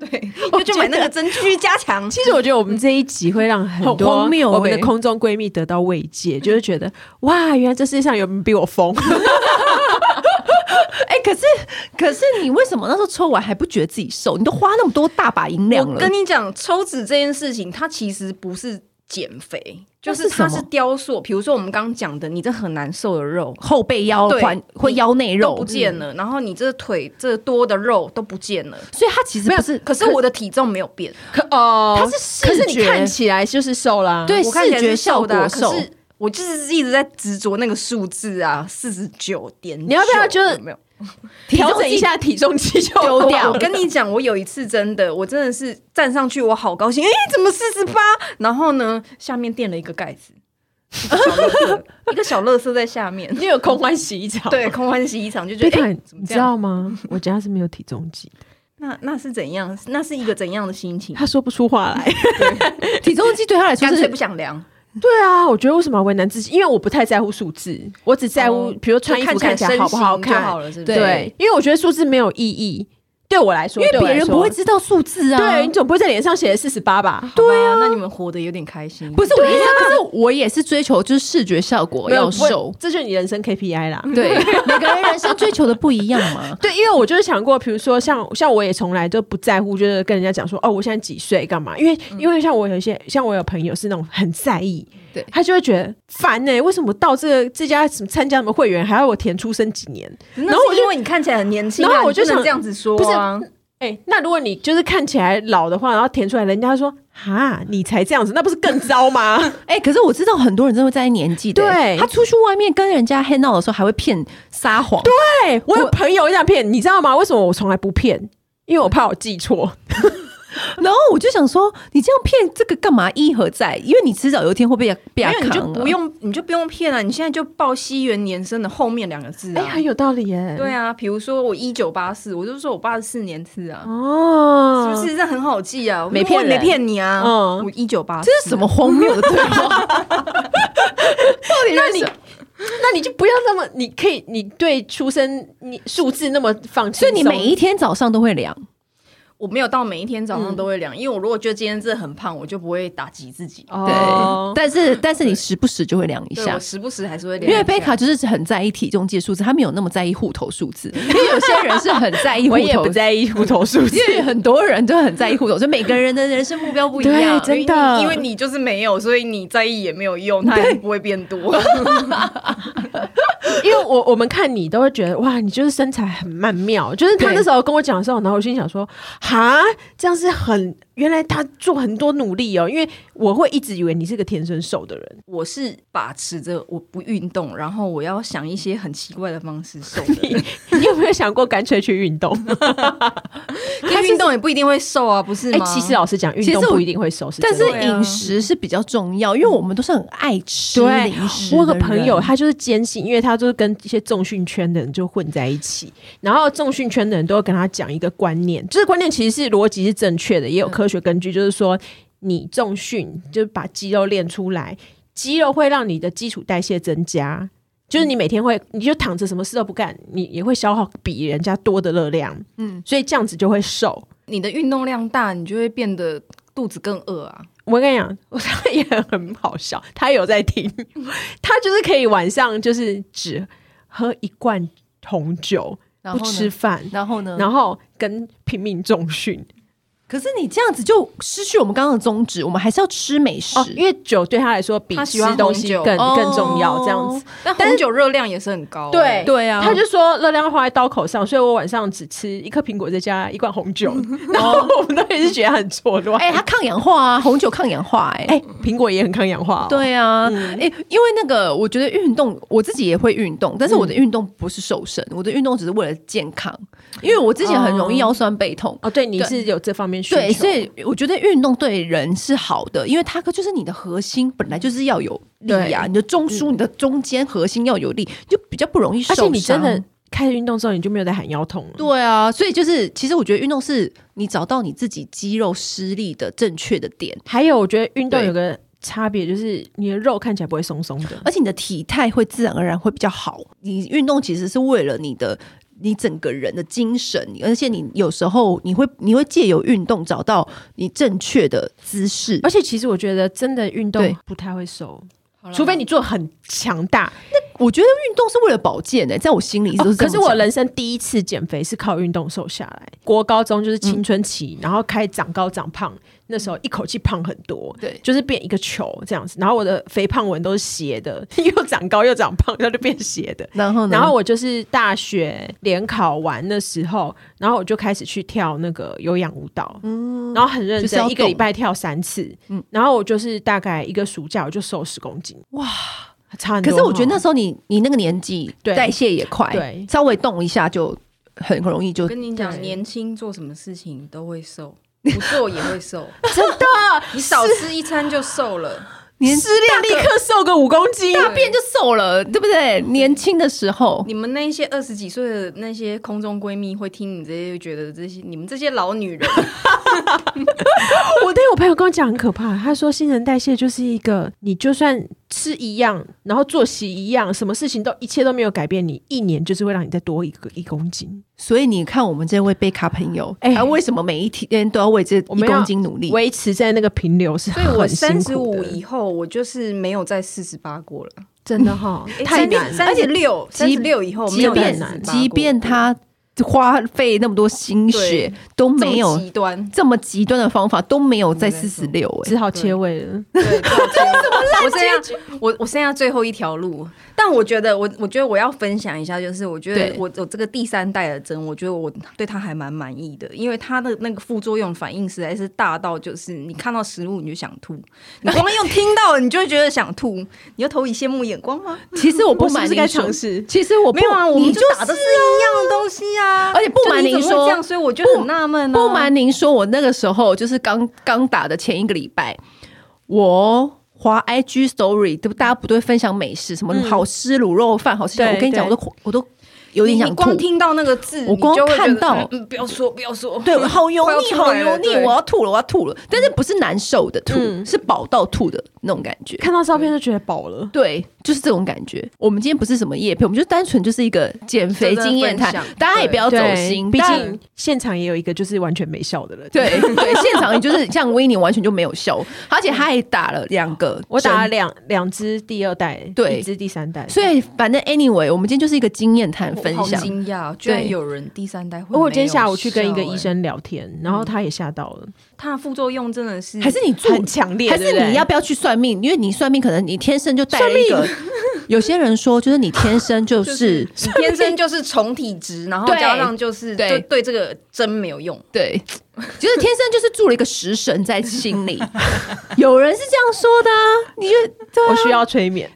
[SPEAKER 3] 对，又去买那个针继续加强。
[SPEAKER 2] 其实我觉得我们这一集会让很
[SPEAKER 1] 好
[SPEAKER 2] 多
[SPEAKER 1] 荒谬欸
[SPEAKER 2] 我们的空中闺蜜得到慰 藉，就是觉得哇，原来这世界上有人比我疯。
[SPEAKER 1] 哎、可可是可是你为什么那时候抽完还不觉得自己瘦？你都花那么多大把银两
[SPEAKER 3] 我
[SPEAKER 1] 了
[SPEAKER 3] 跟，你讲，抽脂这件事情，它其实不是减肥，就
[SPEAKER 1] 那
[SPEAKER 3] 是
[SPEAKER 1] 是什
[SPEAKER 3] 它
[SPEAKER 1] 么
[SPEAKER 3] 是雕塑。比如说我们刚刚讲的，你这很难瘦的肉
[SPEAKER 1] 后背腰
[SPEAKER 3] 对
[SPEAKER 1] 环或
[SPEAKER 3] 你
[SPEAKER 1] 腰内
[SPEAKER 3] 肉
[SPEAKER 1] 肉嗯
[SPEAKER 3] 不见了，然后你这腿这多的肉都不见了。
[SPEAKER 1] 所以它其实
[SPEAKER 3] 没有
[SPEAKER 1] 不是，，
[SPEAKER 3] 可是我的体重没有变，
[SPEAKER 2] 可 哦，
[SPEAKER 1] 它是视
[SPEAKER 2] 可是
[SPEAKER 1] 觉
[SPEAKER 2] 你看起来就是瘦啦，
[SPEAKER 1] 对
[SPEAKER 3] 我看起来
[SPEAKER 1] 视觉
[SPEAKER 3] 是瘦的啊、
[SPEAKER 1] 效果
[SPEAKER 3] 可
[SPEAKER 1] 瘦
[SPEAKER 3] 是我就是一直在执着那个数字啊，四十九点。
[SPEAKER 2] 你要不要就是
[SPEAKER 3] 没有？
[SPEAKER 2] 调整一下体重计就
[SPEAKER 1] 丢掉
[SPEAKER 3] 我跟你讲，我有一次真的，我真的是站上去，我好高兴，哎、怎么四十八？然后呢，下面垫了一个盖子，一个小垃 圾，一个小垃圾在下面。
[SPEAKER 2] 你有空欢喜一场。
[SPEAKER 3] 对，，空欢喜一场就觉
[SPEAKER 2] 贝
[SPEAKER 3] 得，
[SPEAKER 2] 卡，
[SPEAKER 3] 哎、怎么
[SPEAKER 2] 你
[SPEAKER 3] 这
[SPEAKER 2] 知
[SPEAKER 3] 样？
[SPEAKER 2] 道吗？我家是没有体重计，
[SPEAKER 3] 那那是怎样？那是一个怎样的心情？
[SPEAKER 2] 他说不出话 来。
[SPEAKER 1] 体重机对他来说
[SPEAKER 3] 干脆
[SPEAKER 1] 是
[SPEAKER 3] 不想量，
[SPEAKER 2] 对啊，我觉得为什么要为难自己？因为我不太在乎数字，我只在乎
[SPEAKER 3] 哦，
[SPEAKER 2] 比如说穿衣服
[SPEAKER 3] 就看
[SPEAKER 2] 看
[SPEAKER 3] 起
[SPEAKER 2] 起
[SPEAKER 3] 来
[SPEAKER 2] 来好不好
[SPEAKER 3] 身形就
[SPEAKER 2] 看
[SPEAKER 3] 好了是不是
[SPEAKER 2] 对，因为我觉得数字没有意义，对我来说，
[SPEAKER 1] 因为
[SPEAKER 2] 对我
[SPEAKER 1] 别
[SPEAKER 2] 来
[SPEAKER 1] 人
[SPEAKER 2] 说
[SPEAKER 1] 不会。知道数字啊，
[SPEAKER 2] 对你总不会在脸上写四十八吧？
[SPEAKER 3] 对啊，那你们活得有点开心。
[SPEAKER 1] 不是我意思，可是我也是追求就是视觉效果
[SPEAKER 2] 啊没有
[SPEAKER 1] 要
[SPEAKER 2] 不会
[SPEAKER 1] 瘦，嗯
[SPEAKER 2] 这就是你人生 KPI 啦。
[SPEAKER 1] 对，每个人人生追求的不一样嘛。
[SPEAKER 2] 对，因为我就是想过，比如说像像我也从来都不在乎，就是跟人家讲说哦，我现在几岁干嘛？因为、
[SPEAKER 1] 嗯
[SPEAKER 2] 因为像我有一些像我有朋友是那种很在意，
[SPEAKER 1] 对
[SPEAKER 2] 他就会觉得烦呢、为什么到这个这家什么参加什么会员还要我填出生几年？
[SPEAKER 3] 那
[SPEAKER 2] 然后我
[SPEAKER 3] 是因为你看起来很年轻啊，
[SPEAKER 2] 然后我
[SPEAKER 3] 你
[SPEAKER 2] 就
[SPEAKER 3] 不能
[SPEAKER 2] 想
[SPEAKER 3] 这样子说
[SPEAKER 2] 不是
[SPEAKER 3] 啊，
[SPEAKER 2] 哎、那如果你就是看起来老的话，然后填出来，人家说哈，你才这样子，那不是更 糟吗？
[SPEAKER 1] 哎、可是我知道很多人真的会在意年纪的、
[SPEAKER 2] 对
[SPEAKER 1] 他出去外面跟人家 hang out 的时候还会骗撒谎，
[SPEAKER 2] 对我有朋友这样骗，你知道吗？为什么我从来不骗？因为我怕我记错。
[SPEAKER 1] 然后我就想说，你这样骗这个干嘛？意义何在？因为你迟早有一天会被被
[SPEAKER 3] 没有你
[SPEAKER 1] 扛、
[SPEAKER 3] 就
[SPEAKER 1] 啊，
[SPEAKER 3] 不用，你就不用骗啊了，你现在就报西元年生的后面两个字
[SPEAKER 2] 哎、
[SPEAKER 3] 啊。
[SPEAKER 2] 很有道理耶、
[SPEAKER 3] 对啊，比如说我一九八四，我就说我八十四年次啊，
[SPEAKER 2] 哦，
[SPEAKER 3] 是不是这很好记啊？
[SPEAKER 1] 嗯没
[SPEAKER 3] 我
[SPEAKER 1] 骗
[SPEAKER 3] 也没
[SPEAKER 1] 人
[SPEAKER 3] 骗你啊，
[SPEAKER 2] 嗯
[SPEAKER 3] 我一九八，
[SPEAKER 1] 这是什么荒谬的对 话？到底
[SPEAKER 2] 那
[SPEAKER 1] 让
[SPEAKER 2] 你
[SPEAKER 1] 你？
[SPEAKER 2] 那你就不要那么，你可以，你对出生你数字那么放
[SPEAKER 1] 所
[SPEAKER 2] 轻松，
[SPEAKER 1] 以你每一天早上都会量，
[SPEAKER 3] 我没有到每一天早
[SPEAKER 1] 嗯
[SPEAKER 3] 上都会量，因为我如果觉得今天真的很胖，我就不会打击自己。
[SPEAKER 1] 对，
[SPEAKER 2] 哦，
[SPEAKER 1] 但是但是你时不时就会量一
[SPEAKER 3] 对，
[SPEAKER 1] 下
[SPEAKER 3] 我。时不时还是会量一
[SPEAKER 1] 因
[SPEAKER 3] 下。
[SPEAKER 1] 为贝卡就是很在意体重计数字，他没有那么在意户头数 字。因为有些人是很在意户
[SPEAKER 2] 我也
[SPEAKER 1] 头
[SPEAKER 2] 不，在意户头数字
[SPEAKER 1] 因，为很多人都很在意户头，所以每个人的人生目标不一样。
[SPEAKER 2] 对啊真的
[SPEAKER 3] 因为你就是没有，所以你在意也没有用，它也不会变多。
[SPEAKER 2] 因为我我们看你都会觉得哇，你就是身材很曼妙。就是他
[SPEAKER 1] 对
[SPEAKER 2] 那时候跟我讲的时候，然后我心想说，哈，这样是很原来他做很多努力哦，因为我会一直以为你是个天生瘦的人，
[SPEAKER 3] 我是把持着我不运动，然后我要想一些很奇怪的方式瘦的人。
[SPEAKER 2] 你有没有想过干脆去运动？
[SPEAKER 3] 他运动也不一定会瘦啊，不是
[SPEAKER 2] 哎、
[SPEAKER 3] 吗？
[SPEAKER 2] 其实老实讲，运
[SPEAKER 1] 其实
[SPEAKER 2] 动
[SPEAKER 1] 我
[SPEAKER 2] 不一定会瘦，是
[SPEAKER 1] 但
[SPEAKER 2] 真的
[SPEAKER 1] 是
[SPEAKER 3] 对啊
[SPEAKER 1] 饮食是比较重要，因为我们都是很爱吃
[SPEAKER 2] 对
[SPEAKER 1] 零食的人。
[SPEAKER 2] 我有个朋友，他就是坚信，因为他就是跟一些重训圈的人就混在一起，然后重训圈的人都会跟他讲一个观念，这个观念其实是逻辑是正确的，也有
[SPEAKER 1] 嗯
[SPEAKER 2] 科学根据，就是说你重训就是把肌肉练出来，肌肉会让你的基础代谢增加。就是你每天会，你就躺着什么事都不干，你也会消耗比人家多的热量，嗯，所以这样子就会瘦。
[SPEAKER 3] 你的运动量大，你就会变得肚子更饿啊。
[SPEAKER 2] 我跟你讲， 他也很好笑，他有在 听，他就是可以晚上就是只喝一罐红酒，
[SPEAKER 1] 然
[SPEAKER 2] 不
[SPEAKER 1] 后呢
[SPEAKER 2] 吃，饭，
[SPEAKER 1] 然后呢？
[SPEAKER 2] 然后跟拼命重训
[SPEAKER 1] 可是你这样子就失去我们刚刚的宗旨，我们还是要吃美食。
[SPEAKER 2] 哦，因为酒对他来说比
[SPEAKER 3] 他喜
[SPEAKER 2] 吃
[SPEAKER 3] 欢
[SPEAKER 2] 东西
[SPEAKER 3] 红酒
[SPEAKER 2] 更
[SPEAKER 1] 哦
[SPEAKER 2] 更重要，这样子。
[SPEAKER 3] 但红酒热量也是很高、
[SPEAKER 2] 对
[SPEAKER 1] 对啊
[SPEAKER 2] 他就说热量花在刀口上，所以我晚上只吃一颗苹果，再加一罐红 酒，然后我们都也是觉得很错乱。
[SPEAKER 1] 哎、它抗氧化啊，红酒抗氧化、哎、
[SPEAKER 2] 哎，苹果也很抗氧化哦，
[SPEAKER 1] 对啊，哎、因为那个，我觉得运动，我自己也会运动，但是我的运动不是瘦身，
[SPEAKER 2] 嗯
[SPEAKER 1] 我的运动只是为了健康，因为我之前很容易腰酸背痛。
[SPEAKER 2] 哦，对，你
[SPEAKER 1] 对
[SPEAKER 2] 是有这方面需求，
[SPEAKER 1] 对，所以我觉得运动对人是好的，因为它就是你的核心本来就是要有力啊，
[SPEAKER 2] 对嗯
[SPEAKER 1] 你的中枢、你的中间核心要有力，你就比较不容易受
[SPEAKER 2] 而
[SPEAKER 1] 伤。
[SPEAKER 2] 且你真的开始运动之后，你就没有再喊腰痛了。
[SPEAKER 1] 对啊，所以就是其实我觉得运动是你找到你自己肌肉施力的正确的点，
[SPEAKER 2] 还有，我觉得运动
[SPEAKER 1] 对
[SPEAKER 2] 有个差别就是你的肉看起来不会松松 的。
[SPEAKER 1] 而且你的体态会自然而然会比较好。你运动其实是为了你的你整个人的精神，而且你有时候你会你会借由运动找到你正确的姿势。
[SPEAKER 2] 而且其实我觉得真的运动
[SPEAKER 1] 对
[SPEAKER 2] 不太会瘦，
[SPEAKER 3] 好啦
[SPEAKER 2] 除非你做很强大。哦
[SPEAKER 1] 我觉得运动是为了保健的、在我心里一直都是这
[SPEAKER 2] 可
[SPEAKER 1] 样
[SPEAKER 2] 是
[SPEAKER 1] 讲、
[SPEAKER 2] 我人生第一次减肥是靠运动瘦下来，国高中就是青春期，
[SPEAKER 1] 嗯
[SPEAKER 2] 然后开始长高长胖，那时候一口气胖很多，
[SPEAKER 1] 对
[SPEAKER 2] 就是变一个球这样子。然后我的肥胖纹都是斜的， 又长高又长胖，然后就变斜的。
[SPEAKER 1] 然后呢？
[SPEAKER 2] 然后我就是大学联考完的时候，然后我就开始去跳那个有氧舞蹈，然后很认
[SPEAKER 1] 就是要
[SPEAKER 2] 真，
[SPEAKER 1] 动
[SPEAKER 2] 一个礼拜跳三次，然后我就是大概一个暑假我就瘦十公斤，哇，差很
[SPEAKER 1] 可
[SPEAKER 2] 多。
[SPEAKER 1] 是我觉得那时候你你那个年纪，
[SPEAKER 2] 对
[SPEAKER 1] 代谢也快，
[SPEAKER 2] 对
[SPEAKER 1] 稍微动一下就很容易就
[SPEAKER 3] 我跟你讲，
[SPEAKER 2] 对
[SPEAKER 3] 年轻做什么事情都会瘦，不做也会瘦，
[SPEAKER 2] 真的
[SPEAKER 3] 你少吃一餐就瘦了。
[SPEAKER 1] 年
[SPEAKER 2] 失恋立刻瘦个五公斤，
[SPEAKER 1] 大便就瘦了，对不对？年轻的时候，
[SPEAKER 3] 你们那些二十几岁的那些空中闺蜜会听你这些，就觉得这些你们这些老女人，
[SPEAKER 2] 我对我朋友跟我讲很可怕，他说新陈代谢就是一个，你就算吃一样，然后作息一样，什么事情都一切都没有改变，你一年就是会让你再多一个一公斤。
[SPEAKER 1] 所以你看我们这位贝卡朋友，哎、
[SPEAKER 2] 哎
[SPEAKER 1] 他为什么每一天都要为这一
[SPEAKER 2] 我们要
[SPEAKER 1] 公斤努力？
[SPEAKER 2] 维持在那个平流是
[SPEAKER 3] 所以我
[SPEAKER 2] 很辛
[SPEAKER 3] 三
[SPEAKER 2] 苦
[SPEAKER 3] 十五
[SPEAKER 2] 的
[SPEAKER 3] 以后，我就是没有在四十八过了，
[SPEAKER 2] 真的哈、太难了。
[SPEAKER 3] 三十六、三
[SPEAKER 1] 即
[SPEAKER 3] 十六以后哦没
[SPEAKER 1] 即
[SPEAKER 3] 有在
[SPEAKER 1] 便
[SPEAKER 3] 48过，
[SPEAKER 1] 即便他花费那么多心血
[SPEAKER 3] 对，
[SPEAKER 1] 都
[SPEAKER 3] 这么
[SPEAKER 1] 没有
[SPEAKER 3] 极端，
[SPEAKER 1] 这么极端的方法，都没有在
[SPEAKER 3] 没
[SPEAKER 1] 四
[SPEAKER 3] 错
[SPEAKER 1] 十六哎
[SPEAKER 2] 只。好切尾了。
[SPEAKER 3] 对， 我剩下我我剩下最后一条路，但我觉得我我觉得我要分享一下，就是我觉得
[SPEAKER 1] 对
[SPEAKER 3] 我我这个第三代的针，我觉得我对它还蛮满意的，因为它的那个副作用反应实在是大到，就是你看到食物你就想吐，你光 用听到你就会觉得想吐，你要投以羡慕眼光吗？
[SPEAKER 1] 其实我不
[SPEAKER 2] 我是
[SPEAKER 1] 瞒
[SPEAKER 2] 不是
[SPEAKER 1] 你
[SPEAKER 2] 该
[SPEAKER 1] 说
[SPEAKER 2] 尝试
[SPEAKER 1] 其实我不
[SPEAKER 3] 没有啊，我
[SPEAKER 1] 你
[SPEAKER 3] 们
[SPEAKER 1] 就
[SPEAKER 3] 就打的是一样的东西啊，
[SPEAKER 1] 而且不瞒
[SPEAKER 3] 就
[SPEAKER 1] 您
[SPEAKER 3] 你怎么
[SPEAKER 1] 说
[SPEAKER 3] 会这样，所以我就很纳闷啊，
[SPEAKER 1] 不瞒您说，我那个时候就是刚刚打的前一个礼拜，我滑 IG Story，对不？大家不都会分享美食，什么
[SPEAKER 3] 嗯
[SPEAKER 1] 好吃卤肉饭，好吃。
[SPEAKER 2] 对
[SPEAKER 1] 我跟你讲，我
[SPEAKER 2] 对
[SPEAKER 1] 都我都有
[SPEAKER 3] 你
[SPEAKER 1] 点
[SPEAKER 3] 你
[SPEAKER 1] 想
[SPEAKER 3] 光
[SPEAKER 1] 吐。
[SPEAKER 3] 听到那个字，
[SPEAKER 1] 我光
[SPEAKER 3] 你就会觉得
[SPEAKER 1] 看到
[SPEAKER 3] 嗯，不要说，不要说，
[SPEAKER 1] 对，好油
[SPEAKER 3] 快要
[SPEAKER 1] 腻，
[SPEAKER 3] 出
[SPEAKER 1] 好
[SPEAKER 3] 来了
[SPEAKER 1] 油腻，
[SPEAKER 3] 对嗯
[SPEAKER 1] 我要吐了，我要吐了。但是不是难受的吐，
[SPEAKER 2] 嗯
[SPEAKER 1] 是饱到吐的那种感觉。
[SPEAKER 2] 看到照片就觉得饱了。
[SPEAKER 1] 对，就是这种感觉。我们今天不是什么夜配，我们就单纯就是一个减肥经验谈
[SPEAKER 3] 真的分，享
[SPEAKER 1] 大家也不要走
[SPEAKER 2] 对
[SPEAKER 1] 心，
[SPEAKER 2] 毕
[SPEAKER 1] 大家
[SPEAKER 2] 竟现场也有一个就是完全没笑的人。
[SPEAKER 1] 对 对，现场就是像维尼完全就没有笑，而且他还打了两个，
[SPEAKER 2] 我打了。两两只第二代，
[SPEAKER 1] 对
[SPEAKER 2] 一只第三代，
[SPEAKER 1] 所以反正 anyway，我们今天就是一个经验谈
[SPEAKER 3] 我
[SPEAKER 1] 分
[SPEAKER 3] 好
[SPEAKER 1] 享。
[SPEAKER 3] 惊讶，居然
[SPEAKER 1] 对
[SPEAKER 3] 有人第三代会。
[SPEAKER 2] 哦我今天下午去跟一个医，
[SPEAKER 3] 欸
[SPEAKER 2] 生聊天，然后他也吓到了，
[SPEAKER 3] 它的副作用真的是
[SPEAKER 1] 还是你做，
[SPEAKER 2] 很强烈，
[SPEAKER 1] 还
[SPEAKER 2] 对
[SPEAKER 1] 是
[SPEAKER 2] 不对
[SPEAKER 1] 你要不要去算命？因为你算命可能你天生就带了一个。 有些人说，就是你天生就
[SPEAKER 3] 就是是你天生就是重体质，然后
[SPEAKER 1] 对
[SPEAKER 3] 加上就是
[SPEAKER 1] 对
[SPEAKER 3] 就对这个针没有用。
[SPEAKER 1] 对，就是天生就是住了一个食神在心 里。有人是这样说的啊，你就对啊
[SPEAKER 2] 我需要催眠，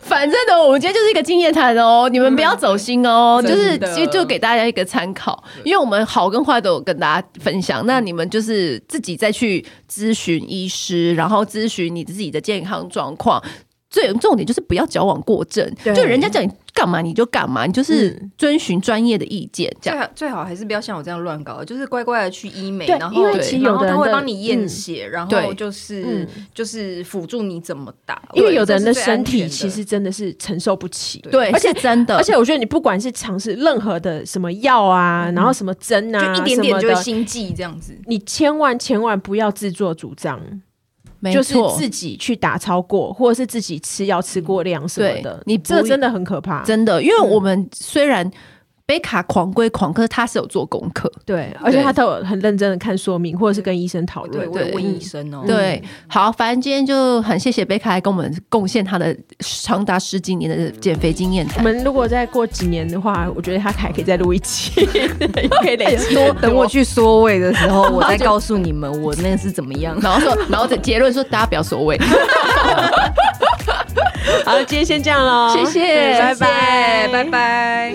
[SPEAKER 1] 反正呢，我们今天就是一个经验谈哦，你们不要走心哦，
[SPEAKER 3] 嗯
[SPEAKER 1] 就是
[SPEAKER 3] 真的
[SPEAKER 1] 就就给大家一个参考，因为我们好跟坏都有跟大家分享，那你们就是自己再去咨询医师，然后咨询你自己的健康状况。最重点就是不要矫枉过正，
[SPEAKER 2] 对嗯
[SPEAKER 1] 就人家叫你干嘛你就干嘛，你就是遵循专业的意见这
[SPEAKER 3] 最
[SPEAKER 1] 样。
[SPEAKER 3] 好最好还是不要像我这样乱搞，就是乖乖的去医美，
[SPEAKER 2] 对
[SPEAKER 3] 然
[SPEAKER 2] 因
[SPEAKER 3] 后
[SPEAKER 2] 为其实有
[SPEAKER 3] 然后
[SPEAKER 2] 的人
[SPEAKER 3] 他会
[SPEAKER 2] 的
[SPEAKER 3] 帮你验血，然后
[SPEAKER 1] 对
[SPEAKER 3] 就是
[SPEAKER 2] 嗯
[SPEAKER 3] 就是辅助你怎么打，
[SPEAKER 2] 因为
[SPEAKER 3] 对
[SPEAKER 2] 有的人
[SPEAKER 3] 这
[SPEAKER 2] 的
[SPEAKER 3] 是最
[SPEAKER 2] 身
[SPEAKER 3] 安全
[SPEAKER 2] 体其实真的是承受不起。
[SPEAKER 1] 对，
[SPEAKER 2] 而且
[SPEAKER 1] 是真的，
[SPEAKER 2] 而且我觉得你不管是尝试任何的什么药啊，然后什么针啊，
[SPEAKER 3] 就一点点
[SPEAKER 2] 什
[SPEAKER 3] 就
[SPEAKER 2] 么
[SPEAKER 3] 会
[SPEAKER 2] 的，
[SPEAKER 3] 心悸这样子。
[SPEAKER 2] 你千万千万不要自作主张，
[SPEAKER 1] 没
[SPEAKER 2] 就是
[SPEAKER 1] 错，
[SPEAKER 2] 自己去打超过，或者是自己吃药吃过量什么
[SPEAKER 1] 对
[SPEAKER 2] 的，
[SPEAKER 1] 你不
[SPEAKER 2] 这个真的很可怕。
[SPEAKER 1] 真的，因
[SPEAKER 2] 嗯
[SPEAKER 1] 为我们虽然贝卡狂归狂，可是他是有做功课，
[SPEAKER 2] 对，而且他都有很认真的看说明，或者是跟医生讨
[SPEAKER 3] 对，
[SPEAKER 2] 论。嗯
[SPEAKER 3] 我有
[SPEAKER 1] 对
[SPEAKER 3] 问医生哦，
[SPEAKER 1] 对，好，反正今天就很谢谢贝卡来跟我们贡献她的长达十几年的减肥经验
[SPEAKER 2] 我
[SPEAKER 1] 谈。
[SPEAKER 2] 们如果再过几年的话，我觉得他还可以再录一期，也可以累积
[SPEAKER 3] 多
[SPEAKER 2] 很
[SPEAKER 3] 等我去缩胃的时候，我再告诉你们我那是怎么样。
[SPEAKER 1] 然后说，然后这结论说大家不要所 谓，
[SPEAKER 2] 好，今天先这样喽，
[SPEAKER 1] 谢谢
[SPEAKER 2] 对拜拜，
[SPEAKER 3] 谢谢拜拜。